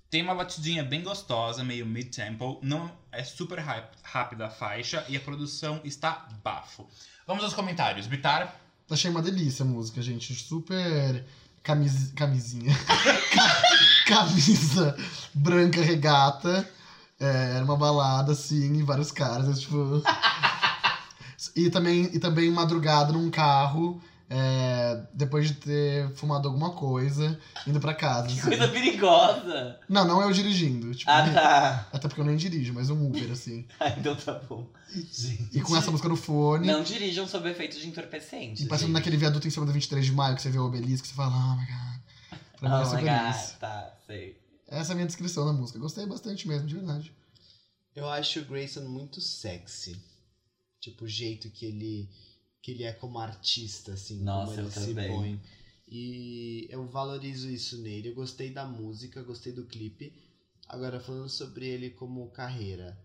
A: Tem uma batidinha bem gostosa, meio mid-tempo, não é super rap- rápida a faixa e a produção está bafo. Vamos aos comentários, Bitar.
D: Achei uma delícia a música, gente. Super camis... camisinha. Camisa branca regata. É, era uma balada, assim, e vários caras. né, Tipo... e, também, e também madrugada num carro. é, depois de ter fumado alguma coisa, indo pra casa. assim.
C: Coisa perigosa.
D: Não, não eu dirigindo. Tipo,
C: Ah, tá.
D: Até porque eu nem dirijo, mas um Uber, assim.
C: Ah, então tá bom. Gente.
D: E com essa música no fone.
C: Não dirijam sob efeito de entorpecente.
D: E passando
C: gente.
D: naquele viaduto em cima da 23 de maio, que você vê o obelisco, você fala, oh my god. Pra mim é
C: Oh my
D: super
C: god,
D: isso.
C: tá, sei.
D: Essa é a minha descrição da música. Gostei bastante mesmo, de verdade.
B: Eu acho o Grayson muito sexy. Tipo, o jeito que ele, que ele é como artista, assim,
C: Nossa,
B: como ele
C: eu
B: se
C: também.
B: põe. E eu valorizo isso nele. Eu gostei da música, gostei do clipe. Agora, falando sobre ele como carreira.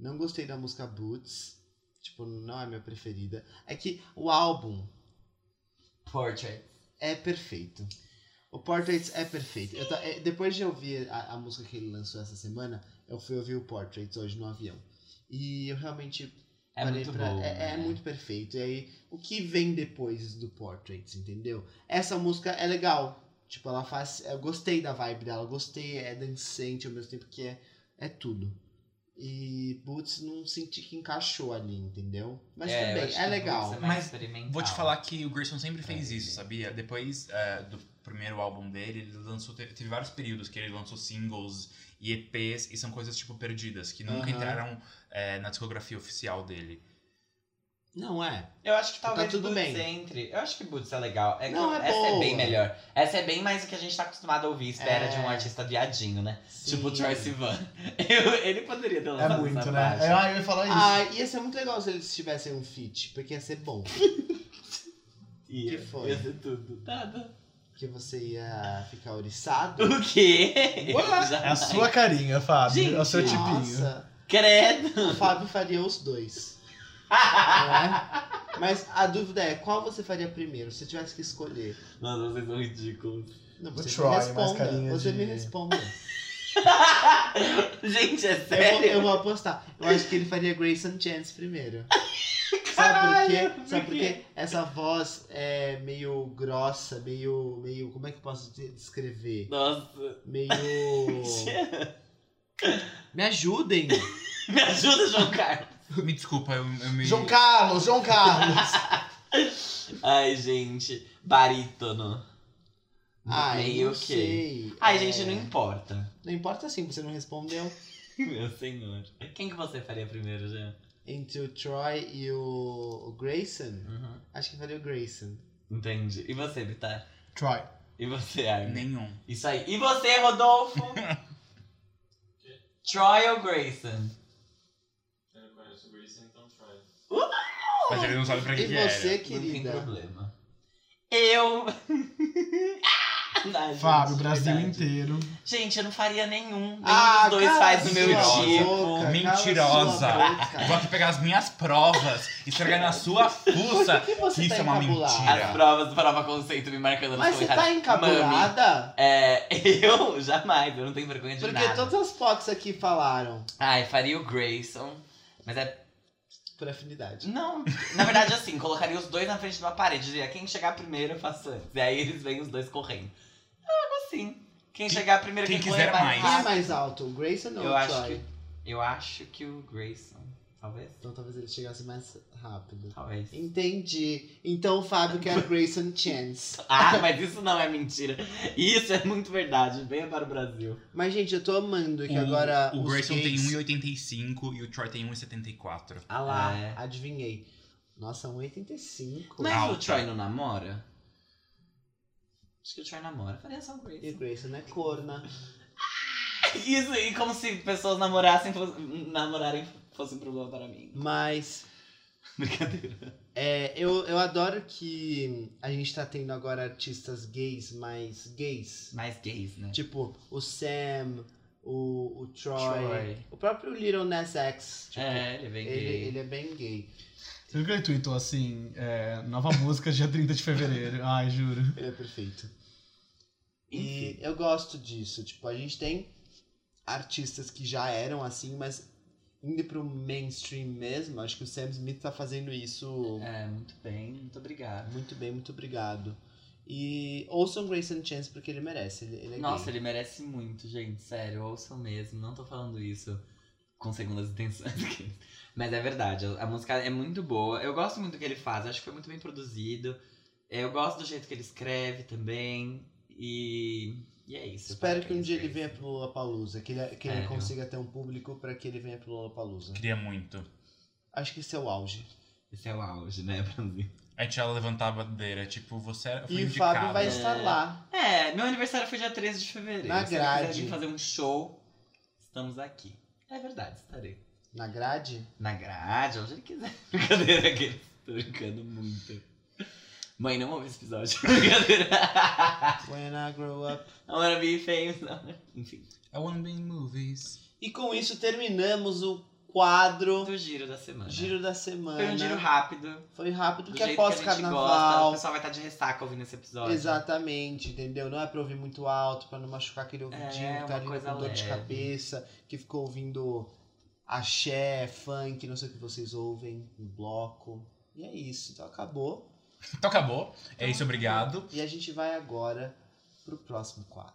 B: Não gostei da música Boots. Tipo, não é a minha preferida. É que o álbum
C: Portrait.
B: é perfeito. O Portraits é perfeito. Eu ta- é, depois de ouvir a, a música que ele lançou essa semana, eu fui ouvir o Portraits hoje no avião. E eu realmente
C: É
B: parei
C: muito
B: pra-
C: bom.
B: é, é
C: né?
B: muito perfeito. E aí, o que vem depois do Portraits, entendeu? Essa música é legal. Tipo, ela faz. Eu gostei da vibe dela, eu gostei, é dançante ao mesmo tempo que é, é tudo. E Boots não senti que encaixou ali, entendeu? Mas
C: É, eu
B: tudo
C: acho
B: bem,
C: que
B: é legal.
C: Boots é mais
A: Mas
C: experimental.
A: Vou
B: Ah,
A: te falar que o Grayson sempre fez
C: É.
A: isso, sabia? Depois eh, do primeiro álbum dele, ele lançou. Teve, teve vários períodos que ele lançou singles e EPs, e são coisas tipo perdidas, que nunca
B: Aham.
A: entraram eh, na discografia oficial dele.
B: Não é.
C: Eu acho que
B: Tá
C: talvez
B: tudo
C: Boots
B: bem.
C: entre. Eu acho que Boots é legal. É que
B: Não, é
C: essa é
B: boa.
C: bem melhor. Essa é bem mais o que a gente tá acostumado a oouvir. Espera
B: É.
C: de um artista viadinho, né? Tipo o
B: Sim.
C: Troy Sivan. Eu- ele poderia ter
D: É
C: lançado
D: muito,
C: essa
D: né?
C: faixa.
D: É, ah, eu ia falar isso.
B: Ah, ia ser muito legal se eles tivessem um feat, porque ia ser bom.
C: Ia-
B: Que foi?
C: Ia ser tudo. Nada.
B: Porque você ia ficar oriçado.
C: O quê?
D: What? É a
C: Jamais.
D: sua carinha, Fábio. é o seu
C: Gente,
D: tipinho.
B: Nossa,
C: Credo.
B: o Fábio faria os dois. Não é? Mas a dúvida é, qual você faria primeiro? Se tivesse que escolher.
C: Mano, vocês são ridículos.
B: Não,
D: O
B: você
D: Troy,
B: me
D: mais
B: responda.
D: carinha
B: Você
D: de-
B: me responda.
C: Gente, é
B: Eu vou,
C: sério?
B: eu vou apostar. Eu acho que ele faria Grace and Chance primeiro. Sabe por quê? Sabe por quê? Essa voz é meio grossa, meio. meio. Como é que eu posso de- descrever?
C: Nossa.
B: Meio.
C: é-
B: Me ajudem!
C: Me ajuda, João Carlos.
A: Me desculpa, eu, eu me.
D: João Carlos, João Carlos.
C: Ai, gente. Barítono.
B: Ai,
C: Meio
B: não
C: que.
B: sei.
C: Ai,
B: É,
C: gente, não importa.
B: Não importa assim, você não respondeu.
C: Meu senhor. Quem que você faria primeiro, Jean?
B: Entre o Troy e o, o Grayson?
C: Uhum.
B: Acho que faria o Grayson.
C: Entendi. E você, Bitar?
D: Troy.
C: E você, Armin?
A: Nenhum.
C: Isso aí. E você, Rodolfo? Troy ou Grayson?
F: Eu não conheço o Grayson, então try.
A: Mas ele não sabe pra que
B: E
A: que era.
B: você,
C: Não tem
B: querida?
C: problema. Eu. Ai, gente,
D: Fábio, Brasil
C: verdade.
D: inteiro.
C: Gente, eu não faria nenhum. Nenhum
B: Ah,
C: dos dois
B: cala
C: faz o meu
B: sua
C: tipo.
B: boca,
A: Mentirosa.
B: cala sua boca.
A: Vou aqui pegar as minhas provas e estragar na sua fuça.
B: Por que você
A: que isso
B: tá
A: é uma
B: encabulada?
A: mentira.
C: As provas do Prova Conceito me marcando
B: Mas
C: no
B: você tá
C: Mami.
B: encabulada?
C: É, eu jamais, eu não tenho vergonha de
B: Porque
C: nada.
B: todas as fotos aqui falaram
C: Ai, faria o Grayson. Mas é.
B: por afinidade.
C: Não. Na verdade, assim, colocaria os dois na frente de uma parede. Diria, quem chegar primeiro, eu faço antes. E aí eles vêm os dois correndo. É algo assim. Quem chegar primeiro,
A: quem
C: quem,
A: quiser
C: correr
A: mais.
B: Quem é
C: rápido.
B: mais alto, o Grayson ou
C: Eu
B: o
C: acho
B: Troy?
C: que. Eu acho que o Grayson. Talvez.
B: Então talvez ele chegasse mais rápido.
C: Talvez.
B: Entendi. Então o Fábio quer Grayson Chance.
C: Ah, mas isso não é mentira. Isso é muito verdade. Venha para o Brasil.
B: Mas, gente, eu tô amando que
A: O-
B: agora.
A: o
B: os
A: Grayson tem
B: gays-
A: 1,85 e o Troy tem 1,74.
B: Ah lá,
C: É.
B: adivinhei. Nossa, 1,85.
C: Mas o
A: Alta.
C: Troy não namora? Acho que o Troy namora. Faria só o
B: E o
C: Grayson.
B: Grayson é corna.
C: Isso, e como se pessoas namorassem, fosse- namorarem fosse um problema para mim.
B: Mas
C: Brincadeira.
B: é, eu, eu adoro que a gente tá tendo agora artistas gays mais gays.
C: Mais gays, né?
B: Tipo, o Sam, o, o Troy,
C: Troy.
B: O próprio Little Nas X. Tipo,
C: é, ele vem
B: ele,
C: gay.
B: ele é bem gay.
D: Você viu que ele tweetou assim, é, nova música dia 30 de fevereiro. Ai, juro.
B: Ele é perfeito.
C: Enfim.
B: E eu gosto disso. Tipo, a gente tem artistas que já eram assim, mas indo pro mainstream mesmo, acho que o Sam Smith tá fazendo isso
C: É, muito bem. Muito obrigado.
B: muito bem, muito obrigado. E ouçam Grayson Chance porque ele merece. Ele, ele é
C: Nossa,
B: gay.
C: ele merece muito, gente. Sério, ouçam mesmo. Não tô falando isso com segundas intenções. Mas é verdade, a a música é muito boa. Eu gosto muito do que ele faz, acho que foi muito bem produzido. É, Eu gosto do jeito que ele escreve também. E, e é isso.
B: Espero que um
C: Parabéns,
B: dia ele
C: Grace.
B: venha pro Lollapalooza, que ele, que ele
C: É, eu-
B: consiga ter um público pra que ele venha pro Lollapalooza.
A: Queria muito.
B: Acho que esse é o auge.
C: Esse é o auge, né, Brasil?
A: A gente ela levantava a bandeira, tipo, você era- foi
B: E o
A: indicado.
B: Fábio vai
C: É.
B: estar lá.
C: É, meu aniversário foi dia 13 de fevereiro.
B: Na
C: Se ele quiser
B: grade.
C: vir fazer um show, estamos aqui. É verdade, estarei.
B: Na grade?
C: Na grade, onde ele quiser. Brincadeira aqui. Tô brincando muito. Mãe, não ouve esse episódio. Brincadeira.
B: When I grow up.
C: I wanna be famous. não. Enfim.
A: I wanna be in movies.
B: E com isso terminamos o quadro
C: Do giro da semana.
B: Giro da Semana.
C: Foi um giro rápido.
B: Foi rápido,
C: Do
B: porque é
C: jeito que a gente gosta. tá O
B: pós-carnaval.
C: pessoal vai estar de ressaca ouvindo esse episódio.
B: Exatamente, entendeu? Não é pra ouvir muito alto, pra não machucar aquele ouvidinho
C: É,
B: que tá
C: uma
B: ali com
C: coisa
B: dor de
C: leve.
B: cabeça, que ficou ouvindo axé, funk, não sei o que vocês ouvem, um bloco. E é isso, então acabou.
A: Então acabou. É isso, obrigado.
B: E a gente vai agora pro próximo quadro.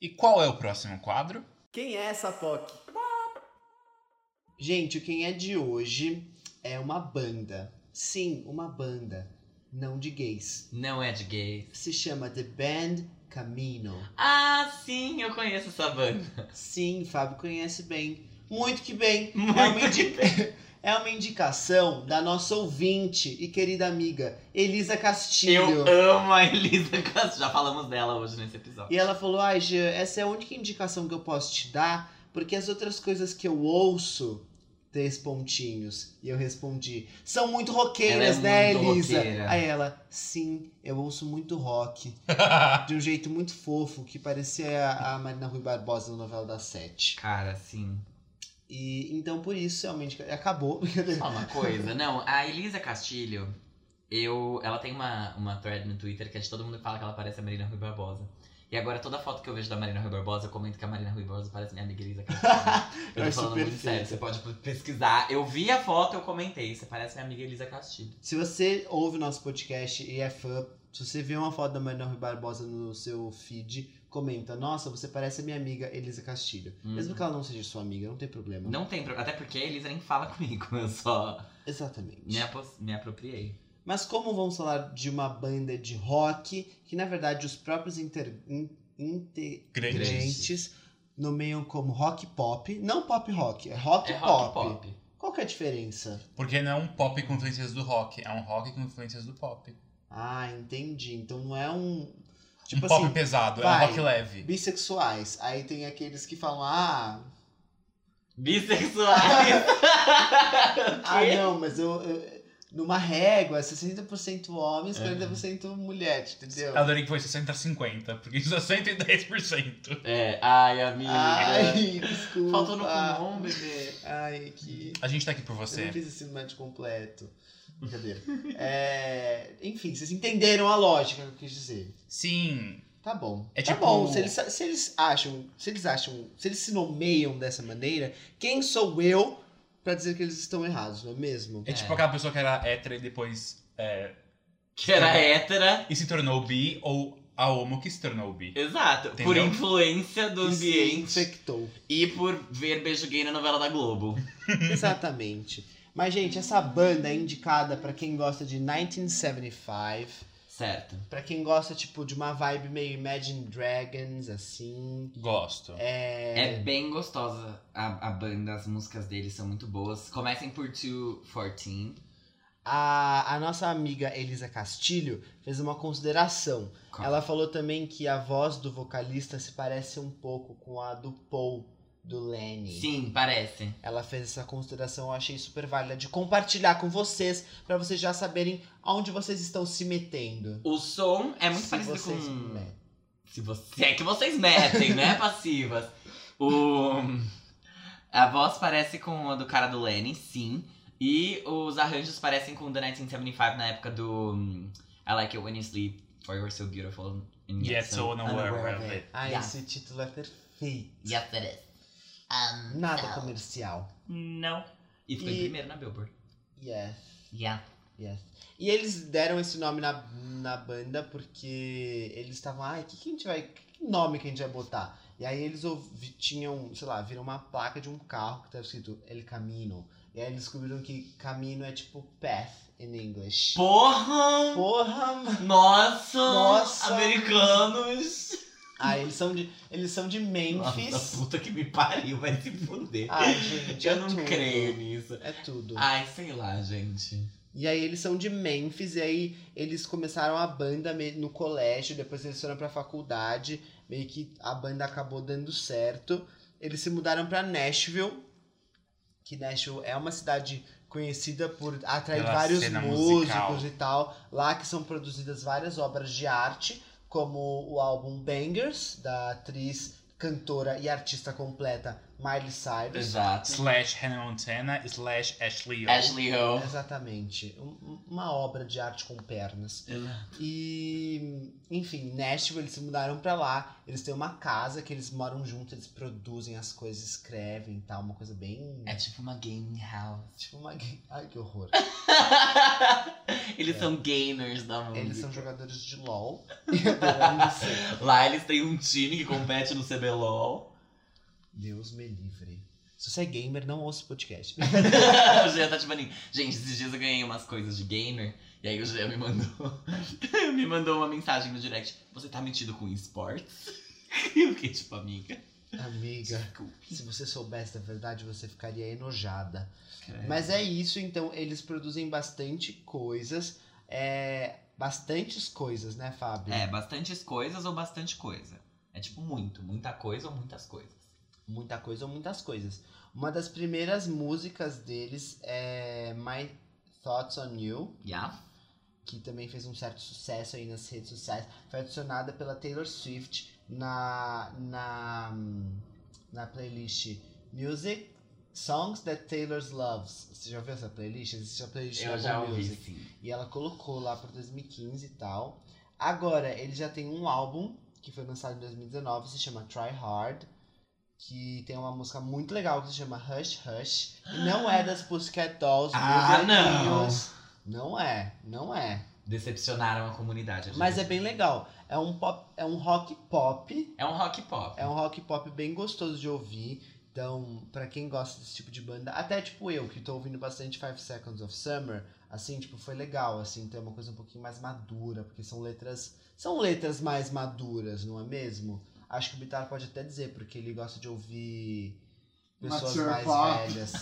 A: E qual é o próximo quadro?
E: Quem é essa POC?
B: Gente, o quem é de hoje é uma banda. Sim, uma banda. Não de gays.
C: Não é de gay.
B: se chama The Band Camino.
C: Ah, sim, eu conheço essa banda.
B: Sim, Fábio conhece bem. Muito que bem.
C: Muito
B: é, uma indi- é uma indicação da nossa ouvinte e querida amiga, Elisa Castilho.
C: Eu amo a Elisa Castro. Já falamos dela hoje nesse episódio.
B: E ela falou: Ai, Jean, essa é a única indicação que eu posso te dar, porque as outras coisas que eu ouço. Três pontinhos. E eu respondi: São muito roqueiras,
C: Ela é
B: né,
C: muito
B: Elisa?
C: roqueira.
B: Aí ela: Sim, eu ouço muito rock. de um jeito muito fofo, que parecia a Marina Rui Barbosa na novela das Sete.
C: Cara, sim.
B: E então por isso realmente acabou. brincadeira.
C: Só uma coisa, não, a Elisa Castilho, eu, ela tem uma, uma thread no Twitter que é de todo mundo que fala que ela parece a Marina Rui Barbosa. E agora toda foto que eu vejo da Marina Rui Barbosa, eu comento que a Marina Rui Barbosa parece minha amiga Elisa Castilho. eu
B: É
C: tô falando muito
B: super
C: sério,
B: feita.
C: você pode pesquisar. Eu vi a foto, eu comentei, você parece minha amiga Elisa Castilho.
B: Se você ouve o nosso podcast e é fã, se você vê uma foto da Marina Rui Barbosa no seu feed, comenta: Nossa, você parece a minha amiga Elisa Castilho.
C: Uhum.
B: Mesmo que ela não seja sua amiga, não tem problema.
C: Não tem problema, até porque a Elisa nem fala comigo, eu só
B: Exatamente.
C: me, apos- me apropriei.
B: Mas como vamos falar de uma banda de rock, que na verdade os próprios inter- in- integrantes nomeiam como rock pop, não pop rock, é rock,
C: É rock
B: pop.
C: pop.
B: Qual que é a diferença?
A: Porque não é um pop com influências do rock, é um rock com influências do pop.
B: Ah, entendi. Então não é um
A: um
B: tipo
A: pop
B: assim,
A: pesado, é
B: vai.
A: um rock leve.
B: bissexuais. Aí tem aqueles que falam: "Ah,
C: Bissexuais!
B: ah não, mas eu, eu- numa régua, 60%
A: É.
B: homens, 40% mulher, entendeu?"
A: Eu adorei que foi 60 a 50, porque isso é 110%.
C: é, ai, amiga.
B: Ai, desculpa.
C: Faltou no pulmão, bebê.
B: Ai, que
A: A gente tá aqui por
B: Eu não
A: você.
B: fiz esse match completo. Brincadeira. É, enfim, vocês entenderam a lógica que eu quis dizer.
A: Sim.
B: Tá bom.
A: É
B: tá
A: tipo-
B: bom. Se eles, se eles acham, se eles acham, se eles se nomeiam dessa maneira, quem sou eu pra dizer que eles estão errados, não é mesmo?
A: É, tipo aquela pessoa que era hétera e depois. é,
C: Que era hétera.
A: e se tornou bi, ou a homo que se tornou bi.
C: Exato. Por
A: Entendeu?
C: influência do
B: E se
C: ambiente
B: infectou.
C: e por ver beijo gay na novela da Globo.
B: Exatamente. Mas, gente, essa banda é indicada pra quem gosta de 1975,
C: Certo.
B: Pra quem gosta, tipo, de uma vibe meio Imagine Dragons, assim.
A: Gosto.
C: É, bem gostosa a, a banda, as músicas deles são muito boas. Comecem por 214.
B: A, a nossa amiga Elisa Castilho fez uma consideração.
C: Qual?
B: Ela falou também que a voz do vocalista se parece um pouco com a do Paul, do Lenny.
C: Sim, parece.
B: Ela fez essa consideração, eu achei super válida de compartilhar com vocês, pra vocês já saberem aonde vocês estão se metendo.
C: O som é muito
B: Se
C: parecido
B: vocês
C: com.
B: me-
C: Se você é que vocês metem, né, passivas. O a voz parece com a do cara do Lenny, sim. E os arranjos parecem com o da 1975 na época do hum, I Like It When You Sleep, For You're So Beautiful and Yet,
A: Yet So Unaware of It.
B: Ah,
C: Yeah.
B: esse título é perfeito.
C: Yes, it is. Um,
B: Nada
C: so-
B: comercial.
C: Não. E ficou em
B: E-
C: primeiro na Billboard.
B: Yes.
C: Yeah.
B: Yes. E eles deram esse nome na, na banda porque eles estavam, ai, que, que a gente vai. Que nome que a gente vai botar? E aí eles ouvi, tinham, sei lá, viram uma placa de um carro que tava escrito El Camino. E aí eles descobriram que caminho é tipo path in English.
C: Porra!
B: Porra, mano.
C: Nossa!
B: Nossa!
C: Americanos!
B: Ah, eles são de. Eles são de
C: Nossa,
B: Memphis.
C: puta que me pariu, vai se fuder.
B: Ai, gente, é
C: Eu não
B: tudo.
C: creio nisso.
B: É tudo.
C: Ai, sei lá, gente.
B: E aí eles são de Memphis, e aí eles começaram a banda me- no colégio, depois eles foram pra faculdade, meio que a banda acabou dando certo. Eles se mudaram pra Nashville, que Nashville é uma cidade conhecida por atrair
A: Pela
B: vários
A: cena musical.
B: músicos e tal. Lá que são produzidas várias obras de arte, como o álbum Bangers, da atriz, cantora e artista completa Miley Cyrus.
C: Exato.
A: Slash Hannah Montana, slash Ashley Young.
C: Ashley Ho.
B: Exatamente. Um- uma obra de arte com pernas. E, enfim, Nashville, eles se mudaram pra lá. Eles têm uma casa que eles moram juntos, eles produzem as coisas, escrevem e tal. Uma coisa bem.
C: É tipo uma game house.
B: Tipo uma. Ai, que horror.
C: Eles são gamers da música.
B: É. Eles são jogadores de LOL. E adorando ser.
C: Lá eles têm um time que compete no CBLOL.
B: Deus me livre. Se você é gamer, não ouça o podcast.
C: o Jean tá tipo assim, gente, esses dias eu ganhei umas coisas de gamer. E aí o Jean me mandou. me mandou uma mensagem no direct. Você tá metido com esportes? E eu fiquei tipo, amiga.
B: Amiga,
C: desculpa.
B: se você soubesse da verdade, você ficaria enojada. Mas é isso, então eles produzem bastante coisas. É, bastantes coisas, né, Fábio?
C: É, bastantes coisas ou bastante coisa. É tipo muito, muita coisa ou muitas coisas.
B: Muita coisa ou muitas coisas. Uma das primeiras músicas deles é My Thoughts on You,
C: Yeah?
B: que também fez um certo sucesso aí nas redes sociais. Foi adicionada pela Taylor Swift na, na, na playlist Music Songs That Taylor's Loves. Você já ouviu essa playlist? Existe a playlist
C: Eu
B: da
C: já
B: Apple
C: ouvi,
B: Music.
C: sim.
B: E ela colocou lá pra 2015 e tal. Agora, ele já tem um álbum que foi lançado em 2019, se chama Try Hard. Que tem uma música muito legal que se chama Hush Hush. E não é das Pussycat Dolls.
C: Ah,
B: meus
C: não.
B: amiguinhos. Não é, não é.
C: Decepcionaram a comunidade. eu
B: Mas é
C: diria.
B: bem legal. É um, pop, é um rock pop.
C: É um rock pop.
B: É um rock pop bem gostoso de ouvir. Então, pra quem gosta desse tipo de banda, até tipo eu, que tô ouvindo bastante Five Seconds of Summer, assim, tipo, foi legal, assim, ter uma coisa um pouquinho mais madura, porque são letras. São letras mais maduras, não é mesmo? Acho que o Bitar pode até dizer, porque ele gosta de ouvir pessoas
D: Mature
B: mais
D: pop.
B: velhas.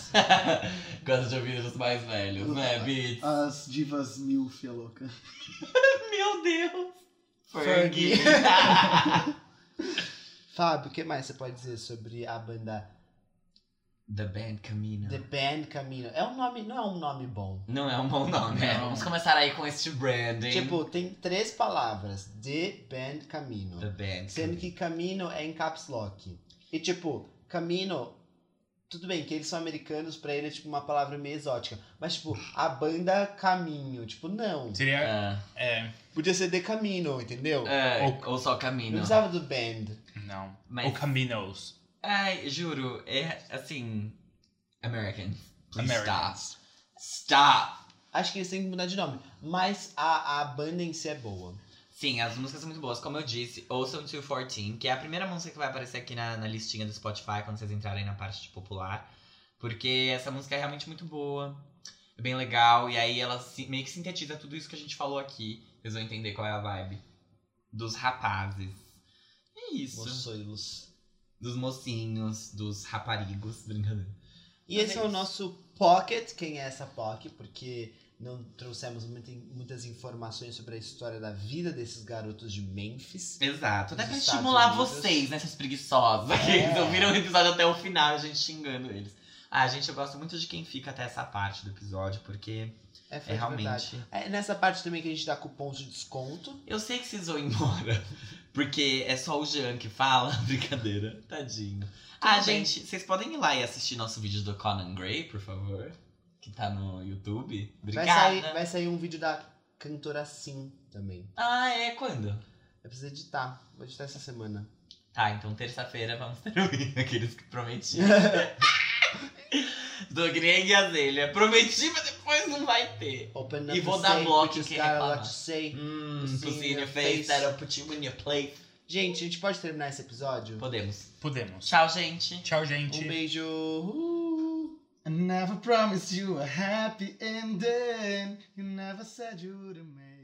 C: Gosto de ouvir os mais velhos, né, Beats?
D: As divas milf, é louca.
C: Meu Deus!
B: Fergie.
C: Fergie!
B: Fábio, o que mais você pode dizer sobre a banda
C: The Band Camino.
B: The Band Camino? É um nome, não é um nome bom.
C: Não é um bom nome, né?
D: Não.
C: Vamos começar aí com este branding.
B: Tipo, tem três palavras. The Band Camino.
C: The Band.
B: Sendo que Camino é em caps lock. E tipo, Camino. Tudo bem que eles são americanos, pra ele é tipo uma palavra meio exótica. Mas tipo, a banda Caminho. Tipo, não.
A: Seria.
C: Ah,
A: É.
B: Podia ser The Camino, entendeu?
C: ah,
A: Ou-
C: ou, só
B: Não
C: Camino.
B: precisava do band.
A: Não.
C: Mas-
A: Ou Caminos.
C: Ai, juro, é assim. Americans. Please
A: Americans.
C: Stop. Stop!
B: Acho que eles têm que mudar de nome. Mas a, a banda em si é boa.
C: Sim, as músicas são muito boas. Como eu disse, ouçam 214, que é a primeira música que vai aparecer aqui na, na listinha do Spotify quando vocês entrarem na parte de popular. Porque essa música é realmente muito boa, é bem legal, e aí ela si- meio que sintetiza tudo isso que a gente falou aqui. Vocês vão entender qual é a vibe dos rapazes. É isso.
B: Moçoilos.
C: Dos mocinhos, dos raparigos, brincadeira.
B: E
C: Mas
B: esse
C: é
B: é o
C: isso.
B: nosso Pocket. Quem é essa Pocket? Porque não trouxemos muita- muitas informações sobre a história da vida desses garotos de Memphis.
C: Exato. Até
B: Dos
C: pra
B: Estados
C: estimular
B: Unidos.
C: vocês, né, seus preguiçosos. Que Eles
B: É.
C: ouviram o episódio até o final, a gente xingando eles. Ah, gente, eu gosto muito de quem fica até essa parte do episódio, porque
B: É,
C: é
B: foi verdade.
C: realmente.
B: É nessa parte também que a gente tá dá cupons de desconto.
C: Eu sei que vocês vão embora, porque é só o Jean que fala. Brincadeira, tadinho. ah,
B: bem.
C: gente, vocês podem ir lá e assistir nosso vídeo do Conan Gray, por favor? Que tá no YouTube.
B: Vai
C: Obrigada.
B: sair, vai sair um vídeo da cantora Sim também.
C: Ah, é quando?
B: Eu preciso editar. Vou editar essa semana.
C: Tá, então terça-feira vamos ter o hino, aqueles que prometi. Tô que nem gazelha. Prometi, mas depois não vai ter.
B: Open up
C: E vou
B: to
C: dar
B: say,
C: bloco
B: because
C: em quem
B: got a lot
C: reclamar.
B: to say.
C: Hum,
B: Pussy
C: pussy
B: in
C: in your
B: your
C: face,
B: face.
C: that'll put you in your plate.
B: Gente, a gente pode terminar esse episódio?
C: Podemos.
A: Podemos.
C: Tchau, gente.
A: Tchau,
B: Um
A: gente.
B: beijo. Uhul.
D: I never promised you a happy ending. You never said you'd make